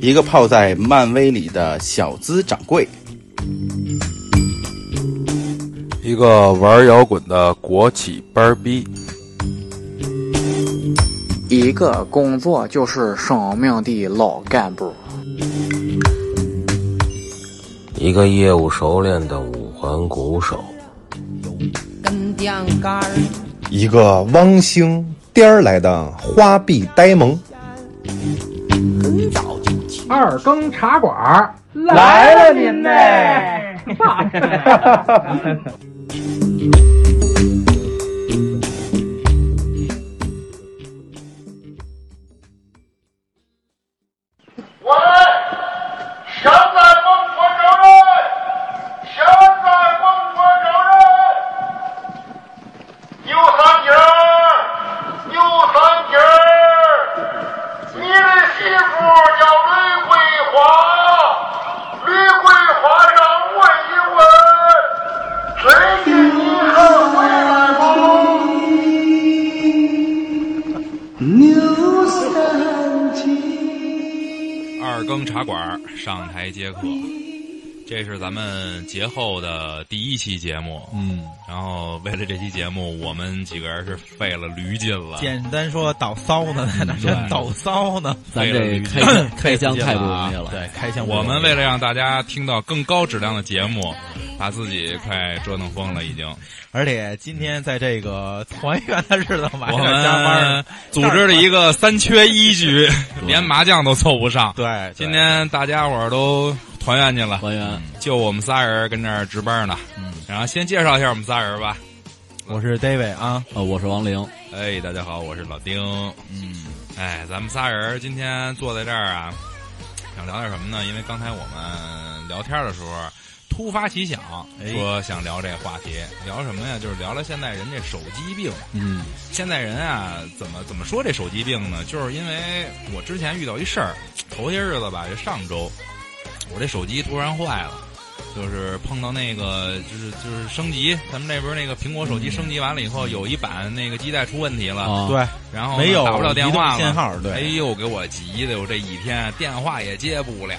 一个泡在漫威里的小资掌柜，一个玩摇滚的国企班儿逼，一个工作就是生命的老干部，一个业务熟练的五环鼓手，跟电杆儿，一个汪星颠儿来的花臂呆萌，二更茶馆儿来了您嘞！我们想在孟婆找人，想在孟婆找人，牛三姐儿，牛三姐儿，你的媳妇叫吕桂花，吕桂花让我一问，最近你还回来吗？二更茶馆儿上台接客，这是咱们节后的第一期节目。嗯，然后为了这期节目，我们几个人是费了驴劲了，简单说倒骚呢，在那对儿倒骚呢，咱费了这驴劲开开箱太不容易了。对，开箱不我容易们为了让大家听到更高质量的节目，把自己快折腾疯了，已经。而且今天在这个团圆的日子，我还我要加班们儿。组织了一个三缺一局，连麻将都凑不上。对，对今天大家伙儿都团圆去了，还原就我们仨人跟这儿值班呢。嗯然后先介绍一下我们仨人吧。我是 David 啊，呃，我是王玲，哎，大家好，我是老丁。嗯，哎，咱们仨人今天坐在这儿啊，想聊点什么呢？因为刚才我们呃聊天的时候，突发奇想哎说想聊这话题，聊什么呀？就是聊聊现在人这手机病。嗯，现在人啊，怎么怎么说这手机病呢？就是因为我之前遇到一事儿，头些日子吧，就上周，我这手机突然坏了。就是碰到那个，就是就是升级，咱们这边那个苹果手机升级完了以后，有一版那个基带出问题了，啊，，对，然后呢没有打不了电话移动信了。号，对，哎呦，给我急的，我这一天电话也接不了，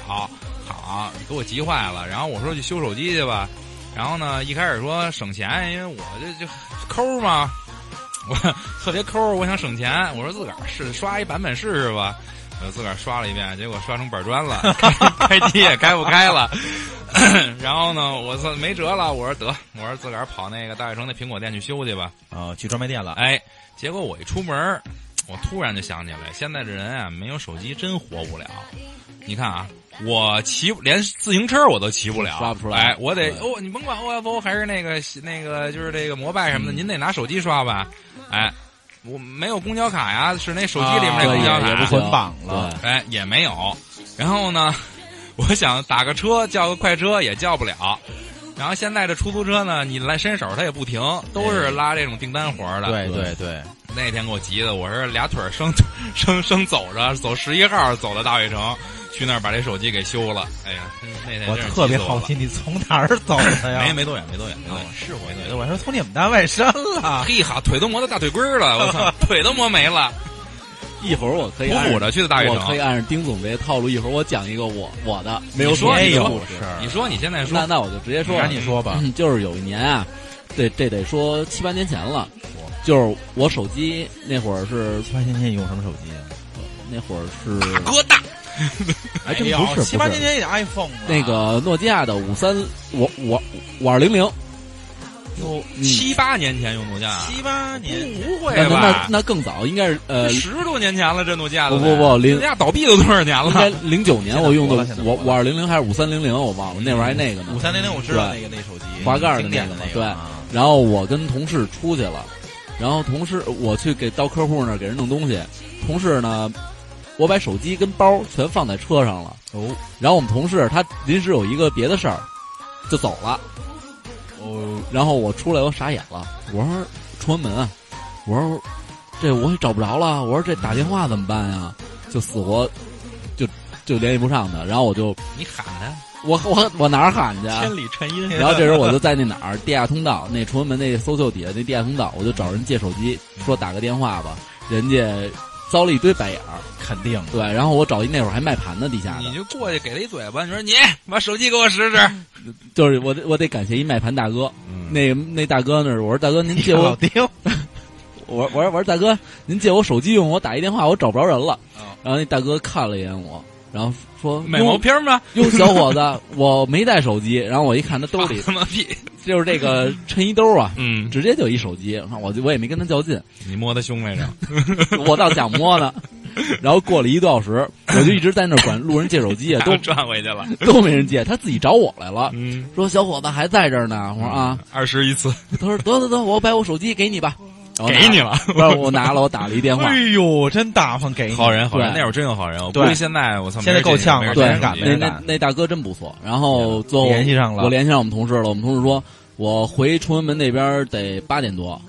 好，给我急坏了。然后我说去修手机去吧，然后呢，一开始说省钱，因为我这就抠嘛， 我特别抠，我想省钱，我说自个儿试刷一版本试试吧，我就自个儿刷了一遍，结果刷成板砖了， 开开机也开不开了。 然后呢，我操，没辙了，我说得，我说自个儿跑那个大悦城那苹果店去修去吧。啊，去专卖店了，哎，结果我一出门儿，我突然就想起来，现在这人啊，没有手机真活不了。你看啊，我骑连自行车我都骑不了，刷不出来哎，我得对哦，你甭管 OFO 还是那个那个，就是这个摩拜什嗯么的，您得拿手机刷吧。哎，我没有公交卡呀，是那手机里面那啊公交对卡，也不行捆绑了，哎，也没有。然后呢，我想打个车叫个快车也叫不了。然后现在这出租车呢，你来伸手它也不停，都是拉这种订单活儿的。对对对，那天给我急的，我是俩腿儿生生生走着，走十一号走到大悦城，去那儿把这手机给修了。哎呀，那天我真是特别急死我好了奇你从哪儿走 的呀？没没多远，没多远，没多远哦，是我没没多远。的，我说从你们单位删了，嘿哈，腿都磨到大腿根儿了，我操， 腿都磨没了，一会儿我可以鼓按鼓着去的大悦我可以城。按着丁总这些套路，一会儿我讲一个我我的没有你说手你机的说故事。你说你现在那说，那我就直接说了，赶紧说吧。嗯就是有一年啊，这这得说七八年前了，就是我手机那会儿是七八年前你用什么手机啊？那会儿是哥 大还真哎不呦是不七八是年前也 iPhone 啊了那个诺基亚的五三五五五二零零，哟嗯七八年前用诺基亚，啊七八年不会那那那吧？那更早，应该是呃十多年前了，这诺基亚都不不不零诺基亚倒闭都多少年 应该了？零九年我用的现在我火了五二零零还是五三零零，我忘了，那会儿还那个呢五。三零零，我知道那个那手机，滑盖儿的经典的那个个对啊，然后我跟同事出去了，然后同事我去给到客户那儿给人弄东西，同事呢，我把手机跟包全放在车上了。哦然后我们同事他临时有一个别的事儿，就走了。哦，然后我出来，我傻眼了。我说出完门啊，我说这我也找不着了。我说这打电话怎么办呀？就死活就就联系不上他。然后我就你喊他，我我我哪儿喊去啊？千里传音。然后这时候我就在那哪儿地下通道那崇文门那搜救底下那地下通道，我就找人借手机，说打个电话吧。人家遭了一堆白眼儿。 肯定对，然后我找一那会儿还卖盘的地下你的，就过去给他一嘴巴，你说你把手机给我使使，就是我得我得感谢一卖盘大哥，那个那大哥那儿，我说大哥您借老我，丁，我我说我说大哥您借我手机用，我打一电话我找不着人了啊。然后那大哥看了一眼我，然后说买毛片吗？哟小伙子，我没带手机。然后我一看他兜 里他妈 屁！就是这个衬衣兜啊，嗯，直接就一手机，然后我就我也没跟他较劲，你摸他胸来着？我倒想摸呢。然后过了一个多小时，我就一直在那儿管路人借手机啊，都都转回去 了。都没人借，他自己找我来了，嗯，说小伙子还在这儿呢。我说啊，二十一次他说得得得，我把我手机给你吧，然后拿嗯给你，了。不是我拿了，我打了一电话哎，呦，真大方给你，好人好人，嗯对那会儿真有好人。我估对计现在我操，现在够呛了没人这对样没人敢没那人敢那那大哥真不错。然后最后联系上了我联系上我们同事了。我们同事说，我回崇文门那边得八点多，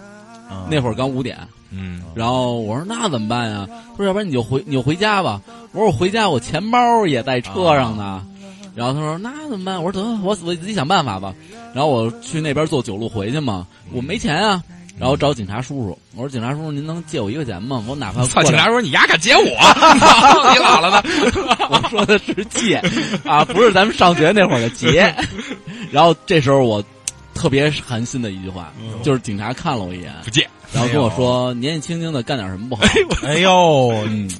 嗯那会儿刚五点。嗯，然后我说那怎么办呀？他说要不然你就回你就回家吧。我说我回家我钱包也在车上啊呢。然后他说那怎么办？我说得我我自己想办法吧。然后我去那边坐九路回去嘛，我没钱啊。然后找警察叔叔，我说警察叔叔您能借我一块钱吗？我哪怕操！过警两察说你丫敢接我， 操你老了呢？我说的是借啊，不是咱们上学那会儿的 劫。然后这时候我特别寒心的一句话，就是警察看了我一眼，嗯不接。然后跟我说：“年纪轻轻的干点什么不好哎呦，？”嗯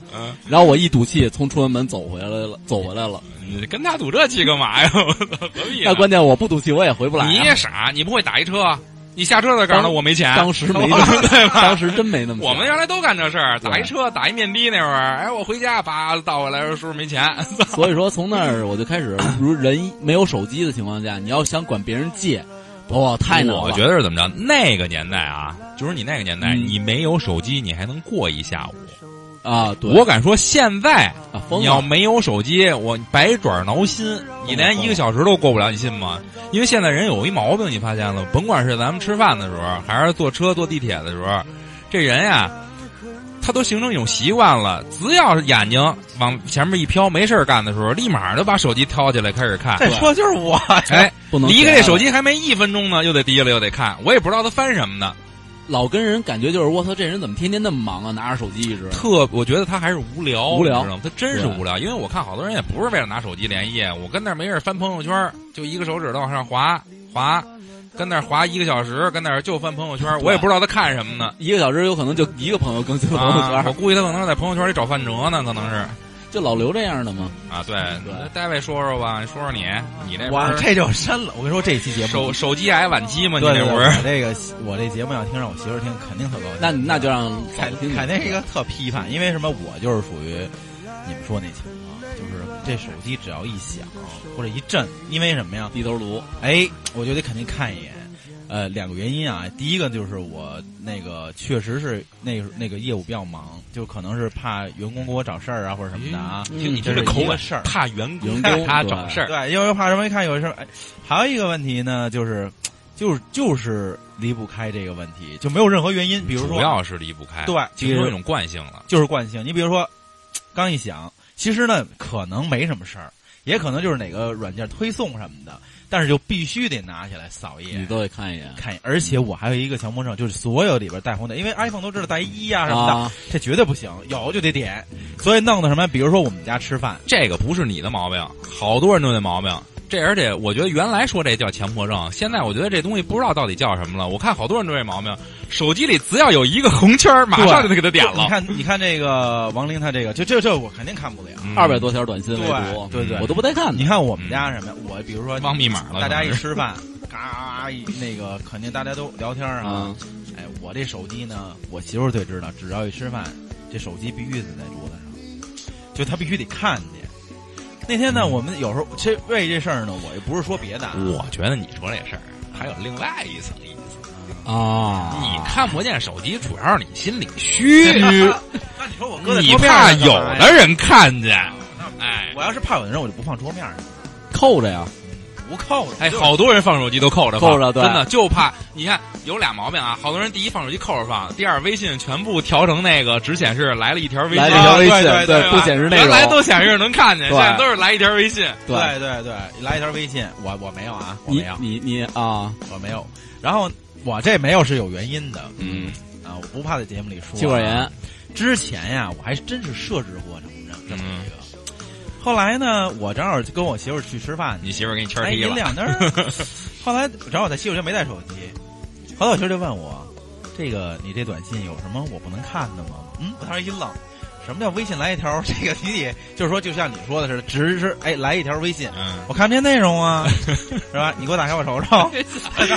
然后我一赌气从崇文门走回来了，走回来了。 你跟他赌这气干嘛呀？我操何必啊但？关键我不赌气我也回不来啊、你也傻，你不会打一车啊？你下车再告诉他当我没钱。当时 没对那，吧 当时真没那么想。我们原来都干这事儿，打一车，打一面的那会儿，哎，我回家，叭倒回来说叔叔没 钱，所以说从那儿我就开始，如人没有手机的情况下，你要想管别人借，哇、太难了。哎我觉得是怎么着？那个年代啊，就是你那个年代，嗯你没有手机，你还能过一下午。啊，对，我敢说，现在啊疯了你要没有手机，我百爪挠心，你连一个小时都过不了，你信吗？因为现在人有一毛病，你发现了吗，甭管是咱们吃饭的时候，还是坐车坐地铁的时候，这人呀、他都形成一种习惯了，只要是眼睛往前面一飘，没事儿干的时候，立马就把手机掏起来开始看。再说就是我，哎，不能离开这手机。机还没一分钟呢，又得提了又得看，我也不知道他翻什么呢。老跟人感觉就是我操，这人怎么天天那么忙啊？拿着手机一直。特，我觉得他还是无聊，无聊你知道吗？他真是对无聊，因为我看好多人也不是为了拿手机连夜，我跟那儿没事儿翻朋友圈儿，就一个手指头往上滑滑，跟那儿滑一个小时，跟那儿就翻朋友圈儿，对我也不知道他看什么呢。一个小时有可能 就一个朋友更新了朋友圈啊儿，，我估计他可能在朋友圈里找饭辙呢，可能是就老刘这样的嘛。啊，对对，那大卫说说吧，说说你，你那我边这就删了。我跟你说，这期节目手手机癌晚期吗？你对对那对，会我儿这个我这节目要听让我媳妇儿听，肯定特高兴。那那就让凯老听凯那是一个特批判，因为什么？我就是属于你们说那情况，啊就是这手机只要一响或者一震，因为什么呀？低头族，哎，我就得肯定看一眼。呃，两个原因啊，第一个就是我那个确实是那个那个业务比较忙，就可能是怕员工给我找事儿啊或者什么的啊，嗯哎听你这听是这口一吻个，事儿。怕员工员怕工他对找事儿，对，因为怕什么？一看有事儿，哎，还有一个问题呢，就是就是就是离不开这个问题，就没有任何原因，比如主说要是离不开，对形成一种惯性了。就是惯性。你比如说，刚一响，其实呢可能没什么事儿，也可能就是哪个软件推送什么的，但是就必须得拿起来扫一你眼。都得看一眼看一眼，而且我还有一个强迫症，就是所有里边带红的，因为 iPhone 都知道带一啊什么的，啊！这绝对不行，有就得点。所以弄的什么，比如说我们家吃饭，这个不是你的毛病，好多人都有毛病。这而且我觉得原来说这叫强迫症，现在我觉得这东西不知道到底叫什么了。我看好多人都这毛病，手机里只要有一个红圈儿，马上就给他点你了。看，你看这个王林他这个，就这这我肯定看不了。嗯二百，多条短信对未读，对对我都不带看你的。看我们家什么呀？我比如说嗯忘密码了大家可一能是吃饭，嘎一那个肯定大家都聊天啊嗯啊。哎，我这手机呢，我媳妇儿最知道，只要一吃饭，这手机必须得在桌子上，就她必须得看见。那天嗯呢，我们有时候这为这事儿呢，我也不是说别的啊，我觉得你说这事儿还有另外一层意思，啊你看不见手机，主要是你心里虚， 啊那你说我搁在你桌面怕上干嘛有呀的人看见。哎我要是怕有的人，我就不放桌面上，扣着呀，不扣着。哎，就是好多人放手机都扣着放，扣着对真的就怕你看有俩毛病啊。好多人第一放手机扣着放，第二微信全部调成那个只显示来了一条微信，来了一条微信啊对对对，不显示内原容来都显示能看见，现对在都是来一条微信。对对对，来一条微信，我我没有啊，我你没有，你你啊，我没有。然后我这没有是有原因的嗯，啊，我不怕在节目里说。妻管严，之前呀，我还真是设置过这么着这么一个。后来呢，我正好跟我媳妇儿去吃饭去，你媳妇儿给你圈哎，踢你了，俩那儿。后来正好在西我就没带手机，后来我媳妇儿就问我，这个你这短信有什么我不能看的吗？嗯，我当时一愣，什么叫微信来一条？这个你得就是说，就像你说的似的，只是哎来一条微信，嗯，我看不见内容 啊，是吧？你给我打开我瞅哎瞅。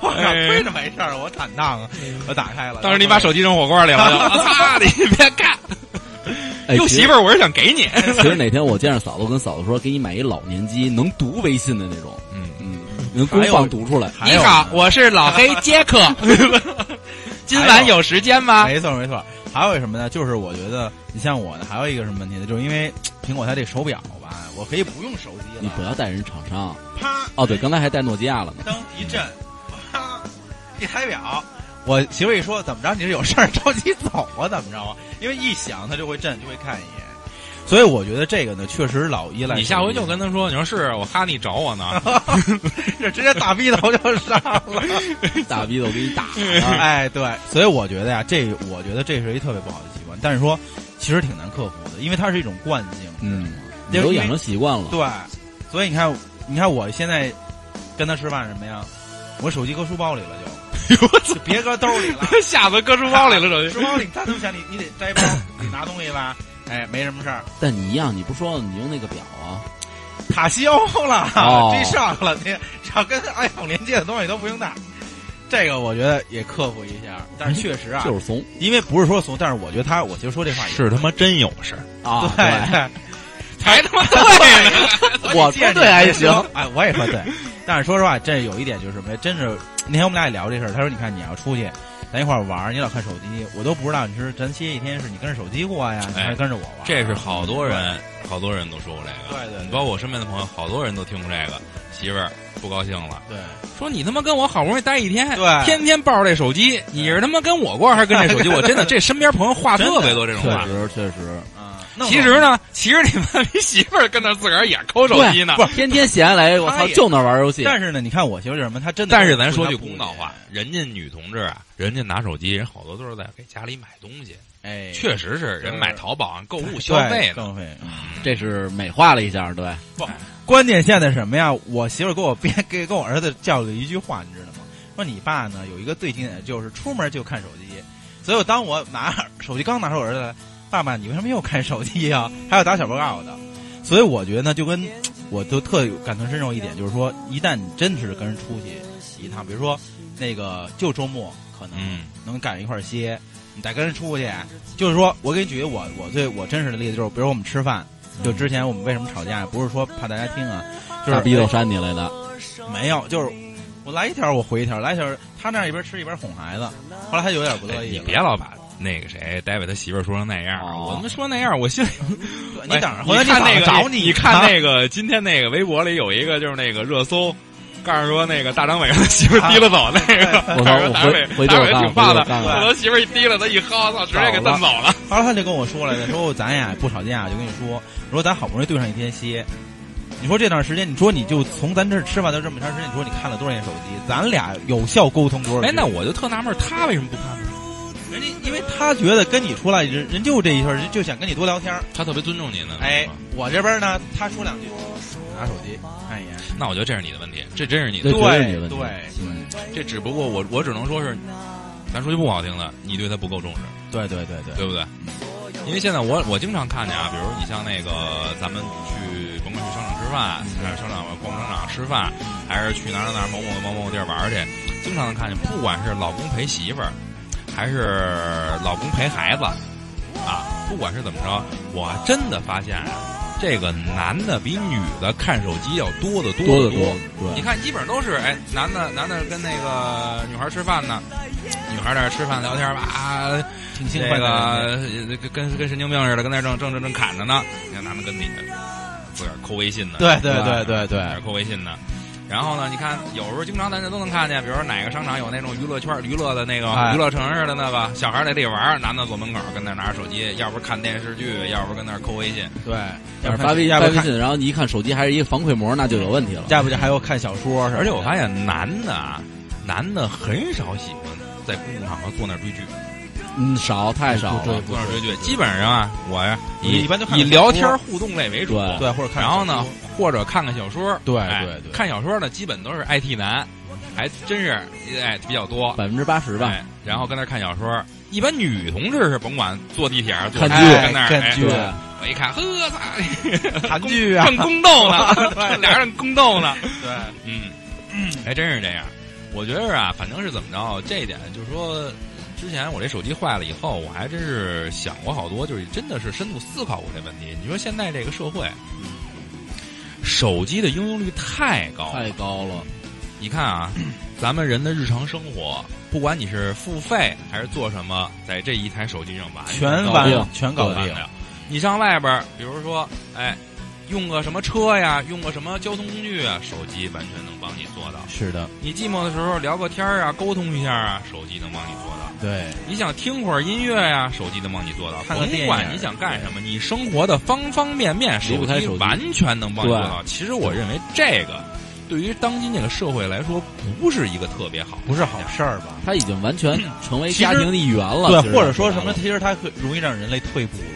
我靠，亏着没事儿，我坦荡啊，我打开了。当时你把手机扔火锅里了， 我就操啊你，别干！哎哟，其实媳妇儿，我是想给你，其实哪天我见着嫂子，我跟嫂子说，给你买一老年机，能读微信的那种，嗯。嗯，能公放读出来。还有呢我是老黑杰 克，今有时间吗？没错没错。还有什么呢？就是我觉得你像我呢，还有一个什么问题呢？就是因为苹果它这手表吧，我可以不用手机了，你不要带人厂商啪哦，对，刚才还带诺基亚了呢。灯一震，啪一抬表。我媳妇儿一说怎么着，你是有事儿着急走啊？怎么着啊？ 因为一响它就会震，就会看一眼。所以我觉得这个呢，确实老依赖嗯手机。你下回就跟他说，你说是啊我哈你找我 呢，这直接大逼头就上了。大逼的，我给你打了。 哎，对，所以我觉得呀、这我觉得这是一特别不好的习惯，但是说其实挺难克服的，因为它是一种惯性。嗯，你因为都养成习惯了。对，所以你看，你看我现在跟他吃饭什么呀？我手机搁书包里 了就，就别搁兜里了，下次搁书包里了，手机书。包里他怎么想你？你得摘 包，你拿东西吧。哎，没什么事儿，但你一样，你不说你用那个表啊？卡西欧了，哦追上了，你只要跟 iPhone 连接的东西都不用带。这个我觉得也克服一下，但是确实啊，就是怂因为不是说怂，但是我觉得他，我就说这话也哎是他妈真有事儿，啊对， 对才他妈对呢。我说对啊还行。哎，我也说对，但是说实话，这有一点就是什么呀？真是那天我们俩也聊这事儿，他说：“你看你要出去，咱一块儿玩儿，你老看手机，我都不知道你是咱歇一天是你跟着手机过呀，你还是跟着我玩儿。”哎这是好多人，好多人都说过这个。对对对你包括我身边的朋友，好多人都听过这个。媳妇儿不高兴了，对，说你他妈跟我好不容易待一天，对天天抱着这手机，你是他妈跟我过还是跟这手机？我真的这身边朋友话特别多这种确话。实确实，啊，弄其实呢，其实你妈逼媳妇儿跟那儿自个儿也抠手机呢。对不是天天闲下来，我他操，也就那玩游戏。但是呢，你看我媳妇儿就是什么，她真的，但是咱说句公道话，，人家女同志啊，人家拿手机，人好多都是在给家里买东西，哎，确实是人对买淘宝上购物对消费的。嗯消费。这是美化了一下，对，关键现在什么呀？我媳妇儿给我编给跟我儿子教了一句话，你知道吗？说你爸呢有一个最经典的就是出门就看手机，所以我当我拿手机刚拿出我儿子来，爸爸你为什么又看手机呀、 还要打小报告的。所以我觉得呢，就跟我都特有感同身受一点，就是说，一旦你真是跟人出去一趟，比如说那个就周末可能嗯能赶上一块儿歇，你再跟人出去，就是说我给你举个我我最我真实的例子，就是比如我们吃饭，就之前我们为什么吵架，不是说怕大家听啊，就大是逼都删你来的，没有，就是我来一条我回一条，来一条，他那样一边吃一边哄孩子，后来他有点不乐意哎你了，别老把那个谁 David 他媳妇儿说成那样，哦我他妈说那样，我心里对你等着，哎回来你看那那个找你啊看那个今天那个微博里有一个就是那个热搜。告诉说那个大张伟让他媳妇儿提了走那个，我告操诉说哎大张伟，我回回大头张伟干挺棒的，回头干我他媳妇儿一提了他一薅，操，直接给蹬走了。后来他就跟我说来着，说咱俩不吵啊架，就跟你说，我说咱好不容易对上一天歇，你说这段时间，你说你就从咱这儿吃饭到这么长时间，你说你看了多少眼手机？咱俩有效沟通多少？哎，那我就特纳闷儿，他为什么不看？人家因为他觉得跟你出来人人就这一事儿，人就想跟你多聊天儿。他特别尊重您呢。哎，我这边呢，他说两句，拿手机看一眼。那我觉得这是你的问题，这真是你的这问绝题。对是你的问题。对嗯，这只不过我我只能说是，咱说句不好听的，你对他不够重视，对对对对对不对？因为现在我我经常看见啊，比如你像那个咱们去甭管去商场吃饭，还是商场逛商场吃饭，还是去哪儿哪儿某某某某地儿玩儿去，经常能看见，不管是老公陪媳妇儿，还是老公陪孩子，啊，不管是怎么着，我真的发现啊，这个男的比女的看手机要多得多多得得多，你对，看，基本上都是哎，男的男的跟那个女孩吃饭呢，女孩在那吃饭聊天吧，啊，挺兴这奋个的感觉。呃跟跟跟神经病似的，跟那正正正正砍着呢，你看男的跟底下自个儿抠微信呢，对对对对对自个儿抠微信呢。然后呢，你看有时候经常咱这都能看见，比如说哪个商场有那种娱乐圈、娱乐的那个、哎娱乐城似的那吧，小孩在里玩儿，男的坐门口跟那拿着手机，要不是看电视剧，要不是跟那儿抠微信。对，要是发微要发不微看，信，然后你一看手机还是一个防窥膜，那就有问题 了。要不就还有看小说什么的。而且我发现男的啊，男的很少喜欢在公共场合坐那儿追剧，嗯，少太少对了。多少追剧，基本上啊，我呀我以一般都看以小聊说天互动类为主，对对，或者看然后呢小说，或者看看小说，对哎对对看小说呢，基本都是 IT 男，还真是哎比较多，百分之八十吧，哎，然后跟那儿看小说。一般女同志是甭管坐地铁儿坐看车剧跟那儿看哎剧对我一看，呵，操，韩剧啊正宫斗 呢，对俩人宫斗呢，对，嗯，还真是这样。我觉得啊，反正是怎么着，这一点就是说，之前我这手机坏了以后，我还真是想过好多，就是真的是深度思考过这问题。你说现在这个社会，手机的应用率太高了太高了。你看 啊，咱们人的日常生活，不管你是付费还是做什么，在这一台手机上完全搞完定了全搞定。你上外边儿，比如说，哎，用个什么车呀，用个什么交通工具啊，手机完全能帮你做到。是的，你寂寞的时候聊个天儿啊，沟通一下啊，手机能帮你做到。对，你想听会儿音乐呀、手机能帮你做到。看个甭电影啊管你想干什么，你生活的方方面面，离不开手机完全能帮你做到。其实我认为这个对于当今这个社会来说，不是一个特别好，不是好事儿吧？他已经完全成为其实家庭的一员了，对其，实或者说什白么，了其实它会容易让人类退步了。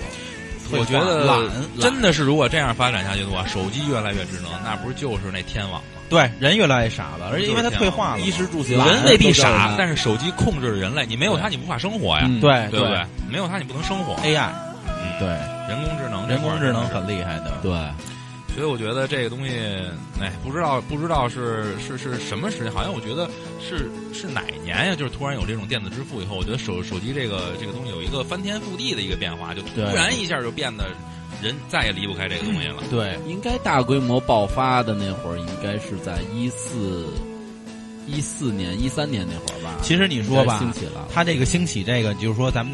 我觉得懒懒真的是如果这样发展下去的话，手机越来越智能，那不是就是那天网吗？对，人越来越傻了，而且因为它退化了嘛，衣食住行，人未必傻，但是是手机控制了人类，你没有它，你无法生活呀，嗯对对不对？没有它，你不能生活。 AI，嗯对，人工智能这人块儿真的工是，智能很厉害的，对，所以我觉得这个东西，哎，不知道不知道是是是什么时间，好像我觉得是是哪一年呀、就是突然有这种电子支付以后，我觉得手手机这个这个东西有一个翻天覆地的一个变化，就突对然一下就变得人再也离不开这个东西了。对，应该大规模爆发的那会儿，应该是在一四一四年、一三年那会儿吧。其实你说吧应该兴起了，它这个兴起，这个就是说咱们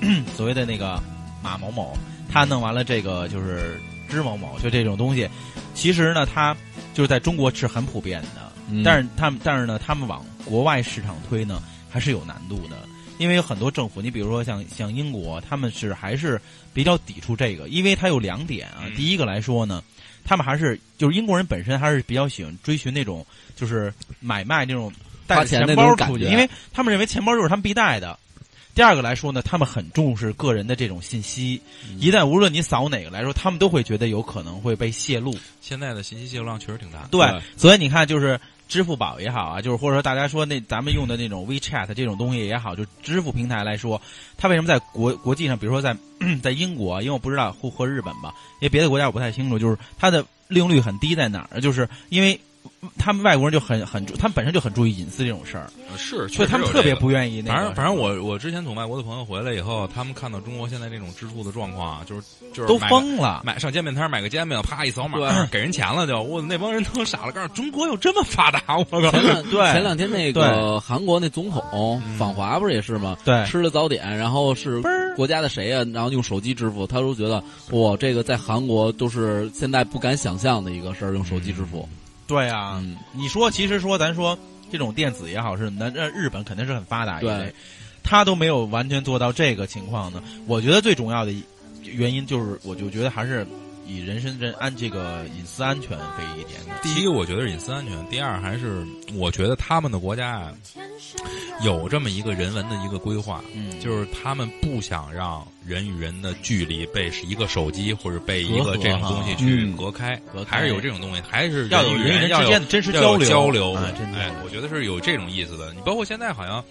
那 所谓的那个马某某，他弄完了这个就是支某某，就这种东西，其实呢，它就是在中国是很普遍的，嗯但是他们但是呢，他们往国外市场推呢还是有难度的，因为有很多政府，你比如说像像英国，他们是还是比较抵触这个，因为它有两点啊嗯，第一个来说呢。他们还是就是英国人本身还是比较喜欢追寻那种就是买卖那种带花着钱钱那种包感出去，觉因为他们认为钱包就是他们必带的。第二个来说呢，他们很重视个人的这种信息，嗯一旦无论你扫哪个来说，他们都会觉得有可能会被泄露。现在的信息泄露量确实挺大的，对，对所以你看，就是支付宝也好啊，就是或者说大家说那咱们用的那种 WeChat 这种东西也好，就支付平台来说，它为什么在国国际上，比如说在 在英国，因为我不知道或或日本吧，因为别的国家我不太清楚，就是它的利用率很低在哪儿，就是因为。他们外国人就很很注，他们本身就很注意隐私这种事儿，呃是，所确实以他们有特别这个不愿意那个。反正反正我我之前从外国的朋友回来以后，他们看到中国现在这种支付的状况啊，就是就是都买个疯了，买上煎饼摊儿买个煎饼，啪一扫码对， 给人钱了就，我那帮人都傻了，告诉中国有这么发达，我靠！前两对前两天那个对嗯韩国那总统访华不是也是吗？对吃了早点，然后是嘣儿国家的谁呀、然后用手机支付，他都觉得哇，这个在韩国都是现在不敢想象的一个事儿，用手机支付。对啊，嗯你说其实说咱说这种电子也好是什么的，那日本肯定是很发达一对类，他都没有完全做到这个情况呢。我觉得最重要的一原因就是，我就觉得还是以人身人安这个隐私安全为一点的。第一个，我觉得是隐私安全；第二，还是我觉得他们的国家啊有这么一个人文的一个规划，嗯就是他们不想让人与人的距离被一个手机或者被一隔个阂这种东西哈去嗯隔开，隔开还是有这种东西，还是要有与人人与人要之有间的真实要有流交流啊真的哎，我觉得是有这种意思的。你包括现在好像，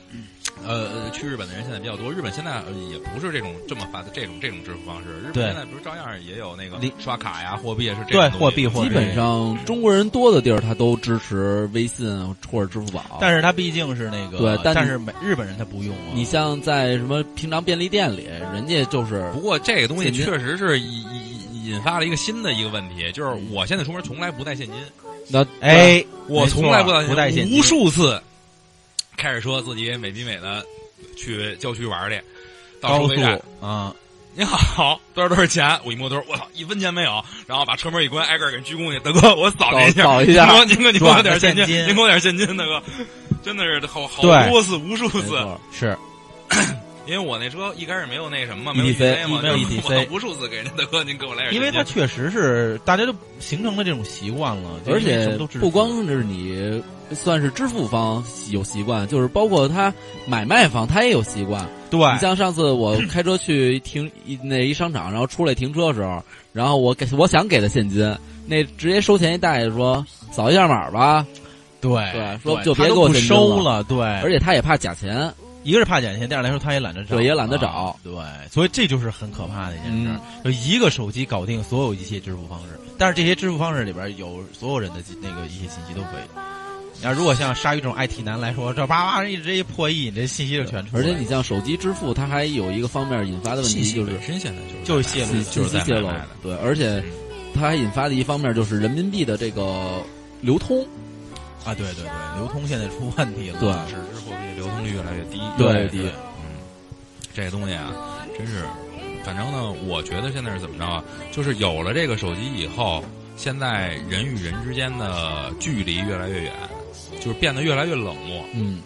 呃，呃去日本的人现在比较多，日本现在呃也不是这种这么发的这种这种支付方式，日本对现在不是照样也有那个零刷卡呀、货币啊也是这种东对西货币，货基币，本上中国人多的地儿，他都支持微信或者支付宝。但是它毕竟是那个，对但但是美日本人他不用啊。你像在什么平常便利店里，人家就是不过这个东西现金确实是引引引发了一个新的一个问题，就是嗯我现在出门从来不带现金，那哎，我没错从来不带不带现金无数次开着车自己美比美的去郊区玩去，到收高费速站，啊，你好，多少多少钱？我一摸兜，我操，一分钱没有，然后把车门一关，挨个儿给人鞠躬去，大哥，我扫您一下，扫扫一下您给我您给我您给我点转个现金，现金您给我点现金，大哥，真的是好好对多次，无数没次，错是因为我那车一开始没有那什么嘛， EDC 没有 EDC 嘛，E 就是没有 EDC 我无数次给人大哥您给我来点时间，因为它确实是大家都形成了这种习惯了，就而因为且什么都支付不光是你算是支付方有习惯，就是包括他买卖方他也有习惯。对，你像上次 我开车去停一那一商场，然后出来停车的时候，然后我给我想给他现金，那直接收钱一大爷说扫一下码吧，对对说对就别他都给我不现金收了了，对，而且他也怕假钱，一个是怕捡钱，第二来说他也懒得找，对也懒得找嗯啊对，所以这就是很可怕的一件事儿，就一个手机搞定所有一切支付方式，但是这些支付方式里边有所有人的那个一些信息都可以。那如果像鲨鱼这种 IT 男来说，这叭叭一直接一破译，你这信息就全出来而了。且你像手机支付，它还有一个方面引发的问信题息就是本身现在就是就是在泄买卖露的信息的啊就是泄在露买卖的，嗯对，而且它还引发的一方面就是人民币的这个流通，啊，对对对，流通现在出问题了，对纸质货币流通率越来越低，越来对越低嗯，这东西啊，真是，反正呢，我觉得现在是怎么着啊，就是有了这个手机以后，现在人与人之间的距离越来越远，就是变得越来越冷漠，嗯，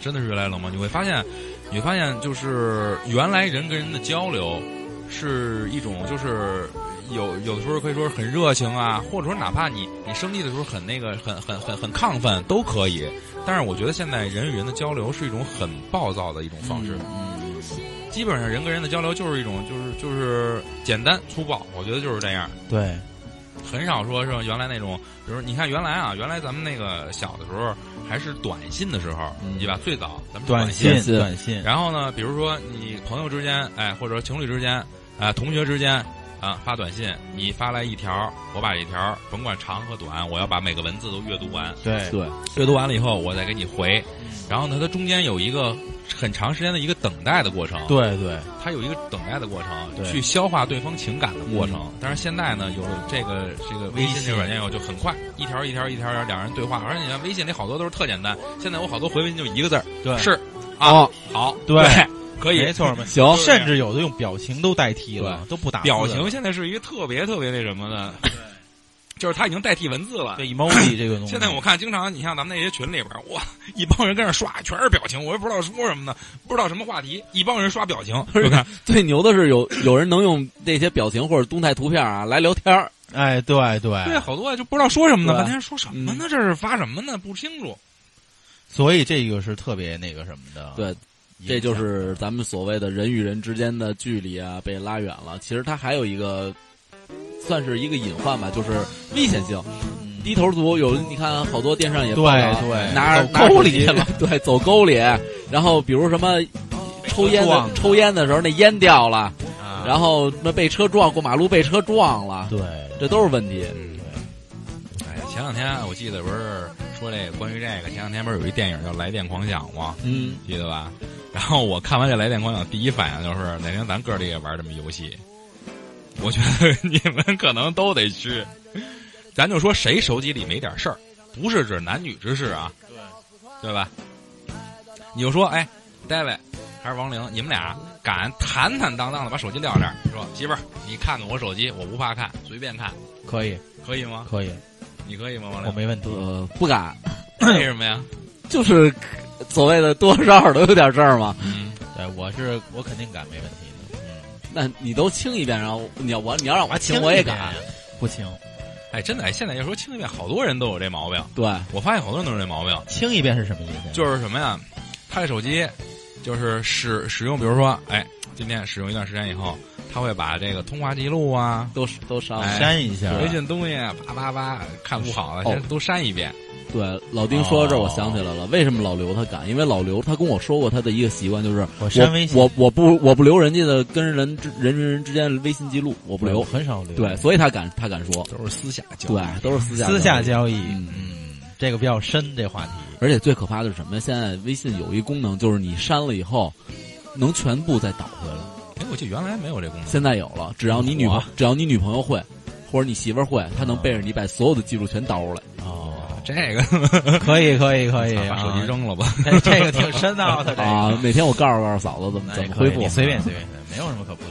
真的是越来越冷漠。你会发现，你会发现，就是原来人跟人的交流是一种，就是有有的时候可以说是很热情啊，或者说哪怕你你生气的时候很那个很很很很亢奋都可以。但是我觉得现在人与人的交流是一种很暴躁的一种方式，基本上人跟人的交流就是一种就是就是简单粗暴，我觉得就是这样。对，很少说是原来那种，比如说你看原来啊，原来咱们那个小的时候还是短信的时候，嗯对吧？最早咱们是短信信短信短信，然后呢，比如说你朋友之间，哎，或者情侣之间，啊、同学之间，啊，发短信，你发来一条，我把这条甭管长和短，我要把每个文字都阅读完，对对，阅读完了以后，我再给你回。然后呢，它中间有一个很长时间的一个等待的过程，，对对，它有一个等待的过程，对去消化对方情感的过程。但是现在呢，有了这个这个微微信信这个软件以后，就很快，一条一条一条一条两人对话，而且你看微信里好多都是特简单，现在我好多回微信就一个字儿，对是啊，哦好，对 可以，没错没行甚至有的用表情都代替了，都不打字表了情现在是一个特别特别那什么的，就是它已经代替文字了对。emoji 这个东西。现在我看，经常你像咱们那些群里边，哇， 一帮人跟那刷，全是表情，我也不知道说什么呢，不知道什么话题，一帮人刷表 情，而就看且最牛的是有有人能用那些表情或者动态图片啊来聊天儿，哎，嗯对对对，好多啊就不知道说什么呢，对半天说什么呢？这是发什么呢？不清楚。所以这个是特别那个什么的。对，这就是咱们所谓的人与人之间的距离啊被拉远了。其实它还有一个算是一个隐患吧，就是危险性。低头族有，你看啊好多电视上也嗯对报道啊对拿着走拿沟手里机 了，对，走沟里，然后比如什么抽烟的撞了抽烟的时候那烟掉了，啊然后那被车撞过马路被车撞了，对这都是问题。哎，前两天我记得不是说这关于这个，前两天不是有一电影叫《来电狂想》吗？嗯，记得吧？然后我看完这《来电狂想》，第一反应就是哪天咱哥儿里也玩这么游戏。我觉得你们可能都得去，咱就说谁手机里没点事儿，不是指男女之事啊，对对吧？你就说，哎，戴维还是王玲，你们俩敢坦坦荡荡的把手机撂这儿，说媳妇儿，你看看我手机，我不怕看，随便看，可以可以吗？可以，你可以吗，王我玲？没问题。呃，不敢，为什么呀？就是所谓的多多少少都有点事儿嘛。嗯，对，我是我肯定敢，没问题的。那你都清一遍，然后你要我你要让我清，轻我也一点敢。，啊不轻，哎，真的，哎现在要说轻一遍，好多人都有这毛病。对，我发现好多人都有这毛病，轻一遍是什么意思？就是什么呀？拍手机，就是使使用，比如说，哎，今天使用一段时间以后，他会把这个通话记录啊、都是都伤了。哎删一下。微信东西啊，叭叭叭，看不好了，哦先都删一遍。对，老丁说到这儿，我想起来了，为什么老刘他敢？因为老刘他跟我说过他的一个习惯，就是我删微信我我不我不留人家的跟人之人与人之间的微信记录，我不对我留。很少留。对，，所以他敢他敢说，都是私下交对，都是私下私下交流。交易，嗯嗯，这个比较深，这话题。而且最可怕的是什么呀？现在微信有一功能，就是你删了以后，能全部再导回来。哎，我记得原来没有这功能。现在有了，只要你女朋哇只要你女朋友会，或者你媳妇儿会，啊她能背着你把所有的记录全导出来。哦，这个 可以，可以，可以，把手机啊扔了吧。哎， 这个挺深奥的，这啊个，哪天我告诉告诉嫂子怎么哎怎么可以恢复你，随便随便，没有什么可不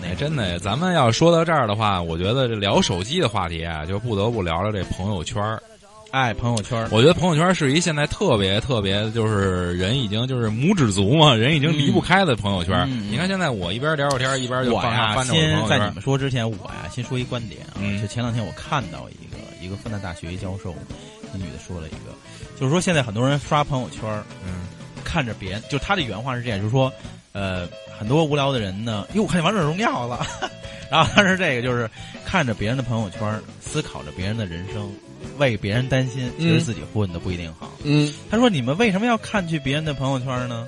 那哎，个真的，咱们要说到这儿的话，我觉得这聊手机的话题啊，就不得不聊聊这朋友圈儿哎，朋友圈，我觉得朋友圈是一现在特别特别，就是人已经就是拇指族嘛，人已经离不开的朋友圈。嗯你看现在我一边聊聊天，一边就我放呀下，翻着我的先朋友在你圈。们说之前，我呀先说一观点啊，嗯就前两天我看到一个一个复旦大学一教授，那女的说了一个，就是说现在很多人刷朋友圈，嗯，看着别人，就她的原话是这样，就是说，呃，很多无聊的人呢，哟，我看见王者荣耀了， 然后当时这个就是看着别人的朋友圈，思考着别人的人生，为别人担心，其实嗯自己混的不一定好。嗯，他说：“你们为什么要看去别人的朋友圈呢？”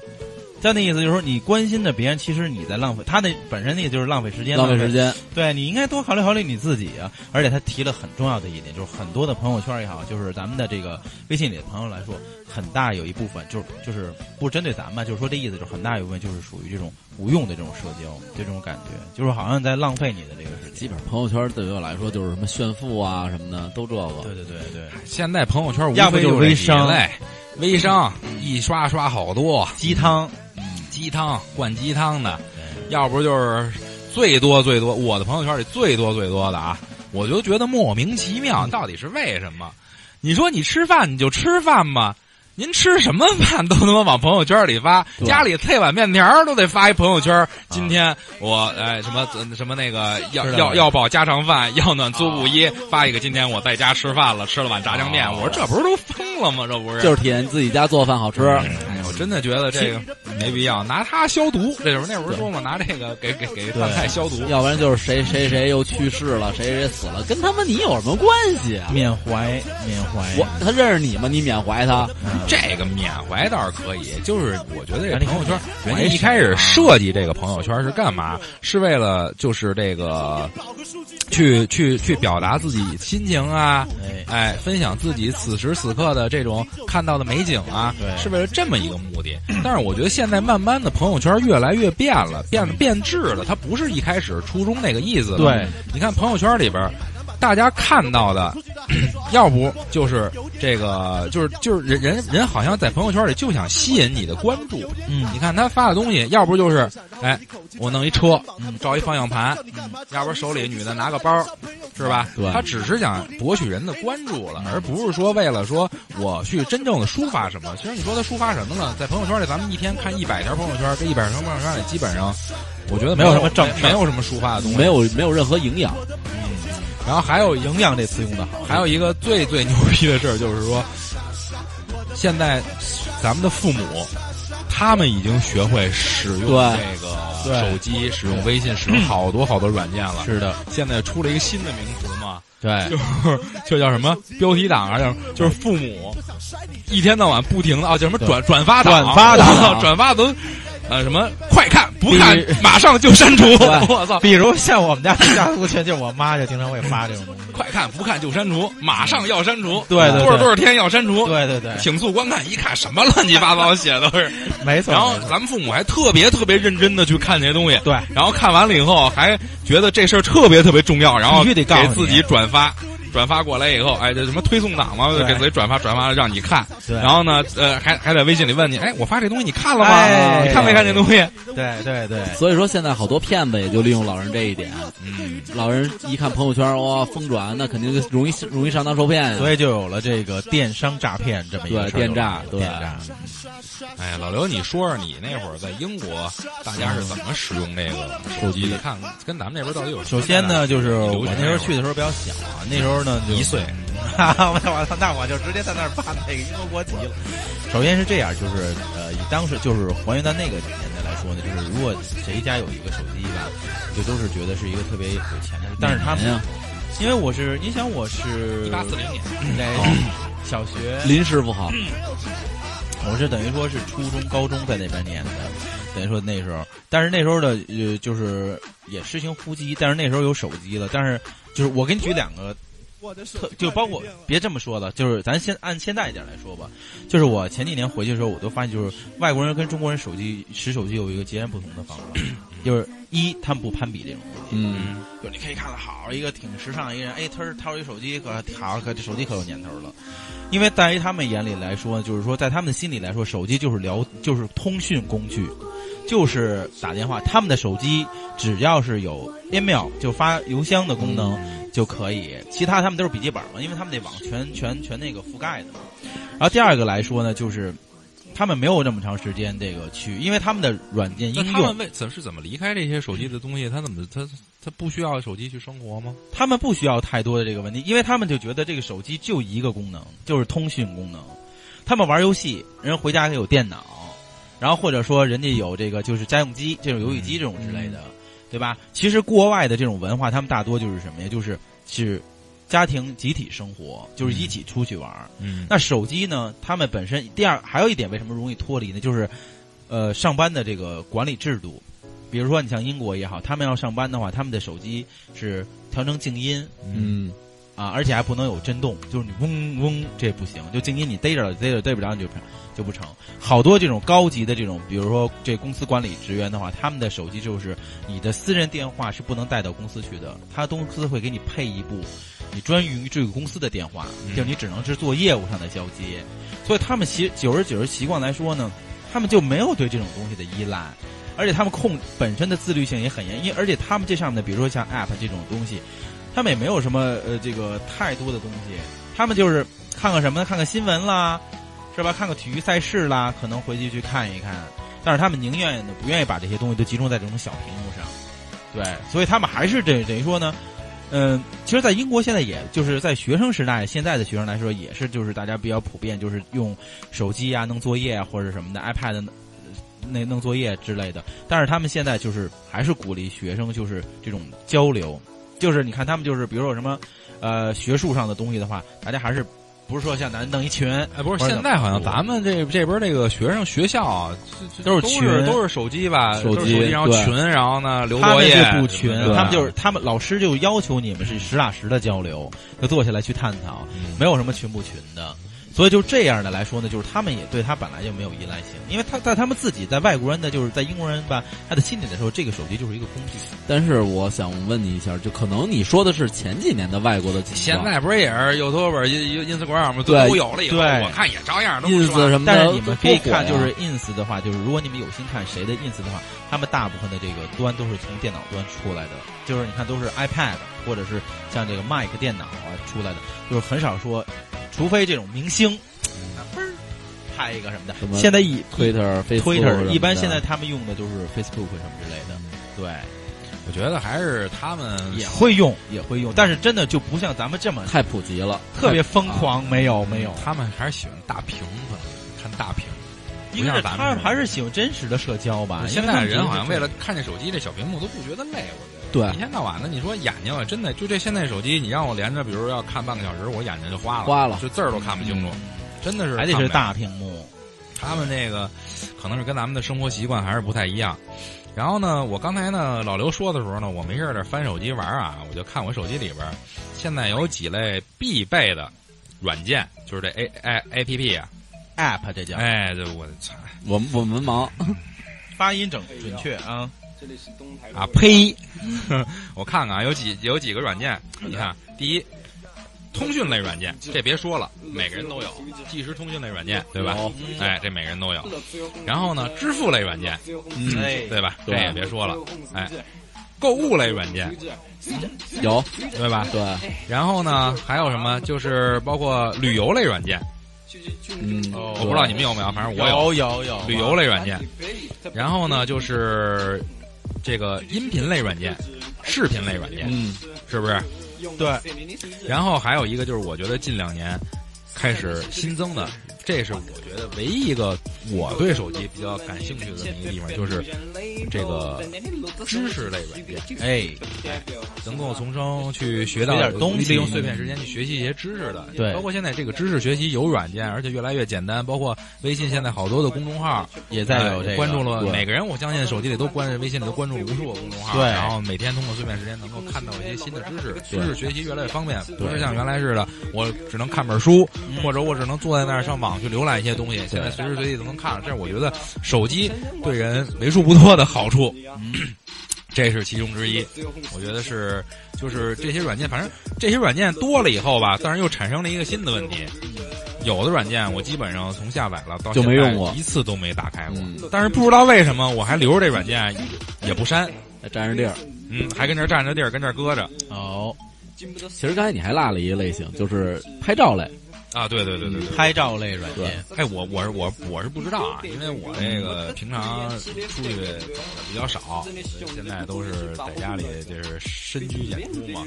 他那意思就是说，你关心着别人，其实你在浪费。他的本身的意思就是浪费时间，浪费时。间，对，你应该多考虑考虑你自己啊。而且他提了很重要的一点，就是很多的朋友圈也好，就是咱们的这个微信里的朋友来说，很大有一部分就是就是不针对咱们，就是说这意思就是很大有一部分就是属于这种无用的这种社交，这种感觉，就是好像在浪费你的这个时基间。本上朋友圈对于我来说就是什么炫富啊什么的，都这个。对对对对，现在朋友圈要无不非就是微商嗯这几类，微商一刷刷好多，鸡汤，鸡汤灌鸡汤的，对要不就是最多最多，我的朋友圈里最多最多的啊，我就觉得莫名其妙，嗯到底是为什么？你说你吃饭你就吃饭吧，您吃什么饭都他妈往朋友圈里发，对家里配碗面条儿都得发一朋友圈。今天我哎什么什么那个要啊吃的啊要要饱家常饭，要暖租布衣，发一个今天我在家吃饭了，吃了碗炸酱面。我说这不是都疯了吗？这不是就是体验自己家做饭好吃，哎，我真的觉得这个没必要，拿它消毒。这时候那会儿说嘛，拿这个给给给饭菜消毒。要不然就是谁谁谁又去世了，谁谁死了，跟他们你有什么关系啊？缅怀缅怀。我他认识你吗？你缅怀他，这个缅怀倒是可以，就是我觉得这哪里朋友圈，缅人怀家一开始设计这个朋友圈是干嘛？是为了就是这个去去去表达自己心情啊，哎哎，分享自己此时此刻的这种看到的美景啊，对是为了这么一个目的。但是我觉得现在慢慢的朋友圈越来越变了，变得变质了，它不是一开始初衷那个意思了。对，你看朋友圈里边儿，大家看到的， 要不就是这个，就是就是人人人好像在朋友圈里就想吸引你的关注。嗯你看他发的东西，要不就是哎，我弄一车，嗯照一方向盘，嗯要不手里女的拿个包，是吧？对他只是想博取人的关注了，而不是说为了说我去真正的抒发什么。其实你说他抒发什么了？在朋友圈里，咱们一天看一百条朋友圈，这一百条朋友圈里基本上，我觉得没有什么正没没有什么抒发的东西，没有没有任何营养。然后还有一营养这词用的好，还有一个最最牛逼的事儿就是说，现在咱们的父母，他们已经学会使用对这个对手机、使用微信、使用好多好多软件了。是的，现在出了一个新的名词嘛，对就，是 就叫什么标题党啊，叫就是父母一天到晚不停的啊，叫什么转转发党、转发 党转发都呃什么快看不看马上就删除， 我 操！比如像我们家家族群，就我妈就经常会发这种东西。快看不看就删除，马上要删除，对对对多少多少天要删除，对对对，请速观看，一看什么乱七八糟写的都 是。没错。然后没错咱们父母还特别特别认真的去看这些东西，对然后看完了以后还觉得这事儿特别特别重要，然后必须得告诉给你自己转发。转发过来以后，哎，这什么推送党嘛，对给自己转发，转发了让你看。对然后呢，呃，还还在微信里问你，哎，我发这东西你看了吗？哎你看没看这东西？对对对，所以说现在好多骗子也就利用老人这一点，嗯，老人一看朋友圈哇疯转，那肯定就容易容易上当受骗呀。所以就有了这个电商诈骗这么一个对事儿电诈对就是电诈。哎呀，老刘，你说说你那会儿在英国，大家是怎么使用这个手机的？看跟咱们这边到底有什首么先呢，呢，就是我流行那时候去的时候比较小啊，那时候呢就一 岁，哈哈，我操，那我就直接在那儿办那个英国国籍了。首先是这样，就是呃，以当时就是还原到那个年代来说呢，就是如果谁家有一个手机吧，就都是觉得是一个特别有钱的人，但是他哪年们呀，因为我是，你想我是一八四零年， 在小学林师傅好，哦嗯我是等于说是初中、高中在那边念的，等于说那时候，但是那时候的呃，就是也实行呼机，但是那时候有手机了，但是就是我给你举两个。特就包括别这么说了，就是咱先按现在一点来说吧，就是我前几年回去的时候，我都发现就是外国人跟中国人手机使手机有一个截然不同的方法，就是一他们不攀比这种东西，嗯，就是你可以看到好一个挺时尚的一个人，哎，他是掏一手机，可好，可这手机可有年头了。因为在于他们眼里来说，就是说在他们的心里来说，手机就是聊，就是通讯工具，嗯就是打电话。他们的手机只要是有 email 就发邮箱的功能，就可以，其他他们都是笔记本嘛，因为他们那网全全全那个覆盖的嘛。然后第二个来说呢，就是他们没有那么长时间这个去，因为他们的软件那应他用们为怎么是怎么离开这些手机的东西？他怎么他他不需要手机去生活吗？他们不需要太多的这个问题，因为他们就觉得这个手机就一个功能，就是通讯功能。他们玩游戏，人回家有电脑，然后或者说人家有这个就是家用机，这种游戏机这种之类的，对吧？其实国外的这种文化，他们大多就是什么呀？就是是家庭集体生活，就是一起出去玩。嗯那手机呢？他们本身第二还有一点为什么容易脱离呢？就是呃上班的这个管理制度，比如说你像英国也好，他们要上班的话，他们的手机是调成静音嗯，啊，而且还不能有震动，就是你嗡嗡这不行，就静音你逮着了逮着逮不着你就不就不成。好多这种高级的这种，比如说这公司管理职员的话，他们的手机就是你的私人电话是不能带到公司去的，他公司会给你配一部你专于这个公司的电话，就是你只能是做业务上的交接。所以他们习久而久之习惯来说呢，他们就没有对这种东西的依赖，而且他们控本身的自律性也很严，因为而且他们这上面的，比如说像 App 这种东西，他们也没有什么呃这个太多的东西，他们就是看看什么呢？看看新闻啦，是吧？看个体育赛事啦，可能回去去看一看。但是他们宁愿的不愿意把这些东西都集中在这种小屏幕上，对，所以他们还是这等于说呢，嗯、其实，在英国现在也就是在学生时代，现在的学生来说也是就是大家比较普遍就是用手机啊弄作业啊或者什么的 iPad 呢那弄作业之类的，但是他们现在就是还是鼓励学生就是这种交流，就是你看他们就是比如说有什么呃学术上的东西的话，大家还是不是说像咱弄一群，哎，不是，现在好像咱们这这边这个学生学校啊，这这都是都群是都是手机吧，手都是机手机，然后对群，然后呢留他作们业是不群，什么的他们就是他们老师就要求你们是实打实的交流，就坐下来去探讨，没有什么群不群的。所以就这样的来说呢，就是他们也对他本来就没有依赖性，因为他在他们自己在外国人的就是在英国人吧，他的心里的时候，这个手机就是一个工具。但是我想问你一下，就可能你说的是前几年的外国的情现况，在不是也是 YouTube、因 Instagram 吗？对都有了以后，对我看也照样都是 ins 什么的，但是你们可以看，就都火是呀 ins 的话，就是如果你们有心看谁的 ins 的话，他们大部分的这个端都是从电脑端出来的，就是你看都是 iPad 或者是像这个 Mac 电脑啊出来的，就是很少说，除非这种明星，啊嘣儿拍一个什么的什。么现在一 Twitter、 Twitter 一般现在在他们用的都是 Facebook 什么之类的，对，我觉得还是他们也会用也会用，但是真的就不像咱们这么太普及了，特别疯狂，没有没有。他们还是喜欢大屏的，看大屏。因为他们还是喜欢真实的社交吧。现啊因为他在们觉人得好像这啊为了看见手机这小屏幕都不觉得累，我觉得。对一天到晚的，你说眼睛啊，真的就这现在手机，你让我连着，比如要看半个小时，我眼睛就花了，花了就字儿都看不清楚，真的是嗯还得看是不了大屏幕。他们那个可能是跟咱们的生活习惯还是不太一样。然后呢，我刚才呢老刘说的时候呢，我没事儿在翻手机玩儿啊，我就看我手机里边儿现在有几类必备的软件，就是这 A A A P P 啊， app 这叫、哎，这我操我们我们文盲，发音整准确啊。啊呸！ 我看看啊，有几有几个软件，你看，第一。通讯类软件，这别说了，每个人都有即时通讯类软件，对吧？哎，这每个人都有。然后呢，支付类软件，哎嗯对啊吧？这对也别说了，哎，购物类软件，有对吧？对，然后呢，还有什么？就是包括旅游类软件，嗯，哦我我不知道你们有没有，反正我有有有旅游类软件。然后呢，就是这个音频类软件、视频类软件，嗯，是不是？对，然后还有一个就是，我觉得近两年开始新增的，这是我觉得唯一一个我对手机比较感兴趣的这么一个地方，就是这个知识类软件。哎，能够从中去学学到点东西利用碎片时间去学习一些知识的。对包括现在这个知识学习有软件，而且越来越简单。包括微信现在好多的公众号呃也在有这个关注了对每个人，我相信手机里都关微信里都关注了无数个公众号，对然后每天通过碎片时间能够看到一些新的知识，知识学习越来越方便，不是像原来似的我只能看本书，嗯或者我只能坐在那儿上网去浏览一些东西，现在随时随地都能看了。这是我觉得手机对人为数不多的好处。这是其中之一。我觉得是，就是这些软件，反正这些软件多了以后吧，但是又产生了一个新的问题。有的软件我基本上从下载了到就没现在用过一次都没打开过嗯。但是不知道为什么我还留着这软件，也不删，还占着地儿，嗯，还跟这儿占着地儿，跟这儿搁着。哦，其实刚才你还落了一个类型，就是拍照类。啊，对对对对对，拍照类软件。哎，我我是我我是不知道啊，因为我这个平常出去走的比较少，现在都是在家里就是深居简出嘛，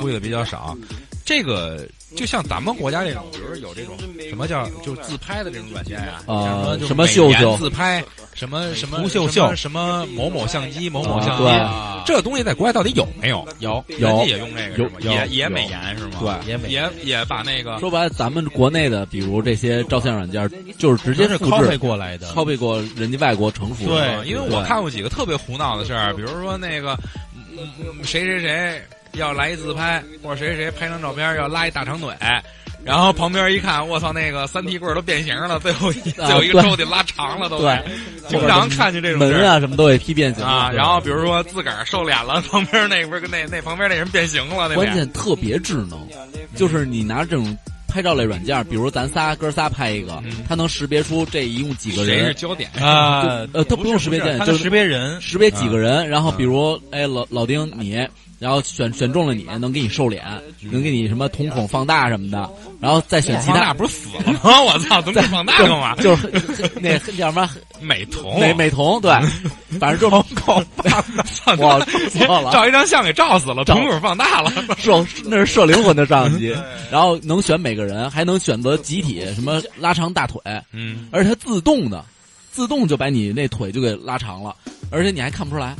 出去的比较少。这个就像咱们国家这种，比如有这种什么叫就是自拍的这种软件呀、啊就什么每年秀秀自拍，什么什么胡秀秀什么什么某某相机、呃某某啊相机，这个东西在国外到底有没有？有，人家也用这个是吗，有也有也美颜是吗？对也也也把那个说白了，咱们国内的，比如这些照相软件，就是直接是复 copy 制、过来的， copy 过人家外国成熟的。对因为我看过几个特别胡闹的事儿，比如说那个嗯嗯谁谁谁要来一自拍，或者谁谁谁拍张照片要拉一大长腿，然后旁边一看，我操，那个三 T 棍儿都变形了，最后一啊最后一个对周得拉长了都。对，经常看见这种事门儿。啊什么都给批变形啊，了然后比如说自个儿瘦脸了，旁边那不是跟那那旁边那人变形了，那关脸键特别智能，嗯就是你拿这种拍照类软件，比如咱仨哥仨拍一个嗯，它能识别出这一共几个谁是人，焦点？啊，呃，它不用识别键，它就能是识别人，识别几个嗯人，然后比如哎老老丁你，然后选选中了你，能给你瘦脸，嗯能给你什么瞳孔放大什么的，然后再选其放大他。不是死了吗？ 我操，怎么放大干嘛？ 就是那叫什么 美瞳，美美瞳，对，反正就是瞳孔放大，我错 了照一张相给照死了，照瞳孔放大 了。射那是射灵魂的上级，然后能选每个人，还能选择集体什么拉长大腿，嗯，而且它自动的，自动就把你那腿就给拉长了，而且你还看不出来。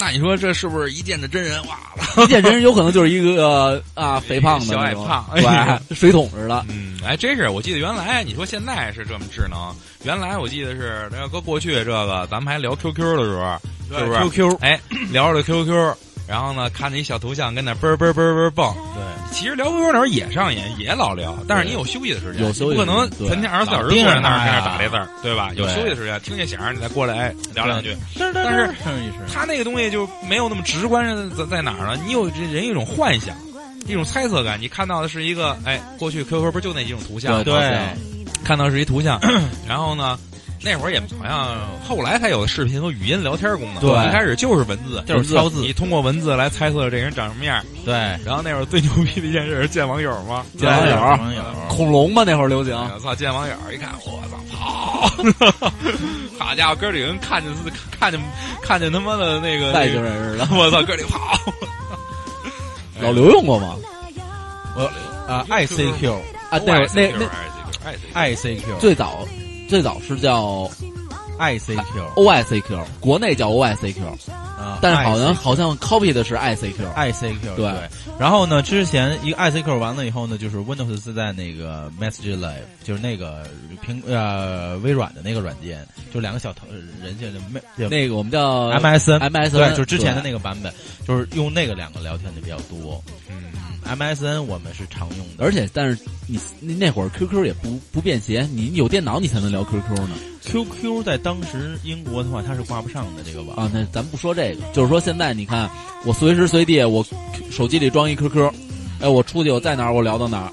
那你说这是不是一见着真人哇了？一见真人有可能就是一个啊肥胖的小那矮种胖对，水桶 似的。嗯，哎，真是，我记得原来你说现在是这么智能，原来我记得是那要搁过去这个，咱们还聊 QQ 的时候，是不是？QQ 哎，聊着 QQ，然后呢，看着一小头像跟那嘣嘣嘣嘣蹦。对，其实聊 QQ 那时候也上瘾，也老聊，但是你有休息的时间，有休你息不可能对啊全天二十四小时坐在那儿跟那儿打这字儿，对吧？有对休息的时间，听见响儿你再过来哎聊两句。但嗯是一声他那个东西就没有那么直观在在哪儿呢？你有这人有一种幻想，一种猜测感，你看到的是一个哎，过去 QQ 不是就那几种图像吗，对对看到是一图像，然后呢，那会儿也好像后来才有视频和语音聊天功能，对一开始就是文字，就是敲字你通过文字来猜测这人长什么样。对，然后那会儿最牛逼的一件事是见网友嘛，见网友见网友，恐龙嘛，那会儿流行，我啊操，见网友一看，我操，跑！好家伙，哥几个人看见看见看见他妈的那个外星人似的。 我操，哥里跑！老刘用过吗？我啊，ICQ，ICQ，啊，那会儿那那那最早最早是叫 ICQ OICQ，国内叫 OICQ，啊，但是好像好像 copy 的是 ICQ。 ICQ 对对。然后呢，之前一个 ICQ 完了以后呢，就是 Windows 是在那个 Message Live，就是那个苹呃微软的那个软件，就两个小头人家的没叫那个我们叫 MSN。 MSN，对，就是之前的对那个版本，就是用那个两个聊天的比较多。MSN 嗯我们是常用的，而且，但是你那那会儿 QQ 也不不便携，你有电脑你才能聊 QQ 呢。 QQ 在当时英国的话，它是挂不上的这个网。啊，那咱不说这个，就是说现在你看，我随时随地我 Q- 手机里装一 QQ，哎，我出去我在哪儿我聊到 哪儿。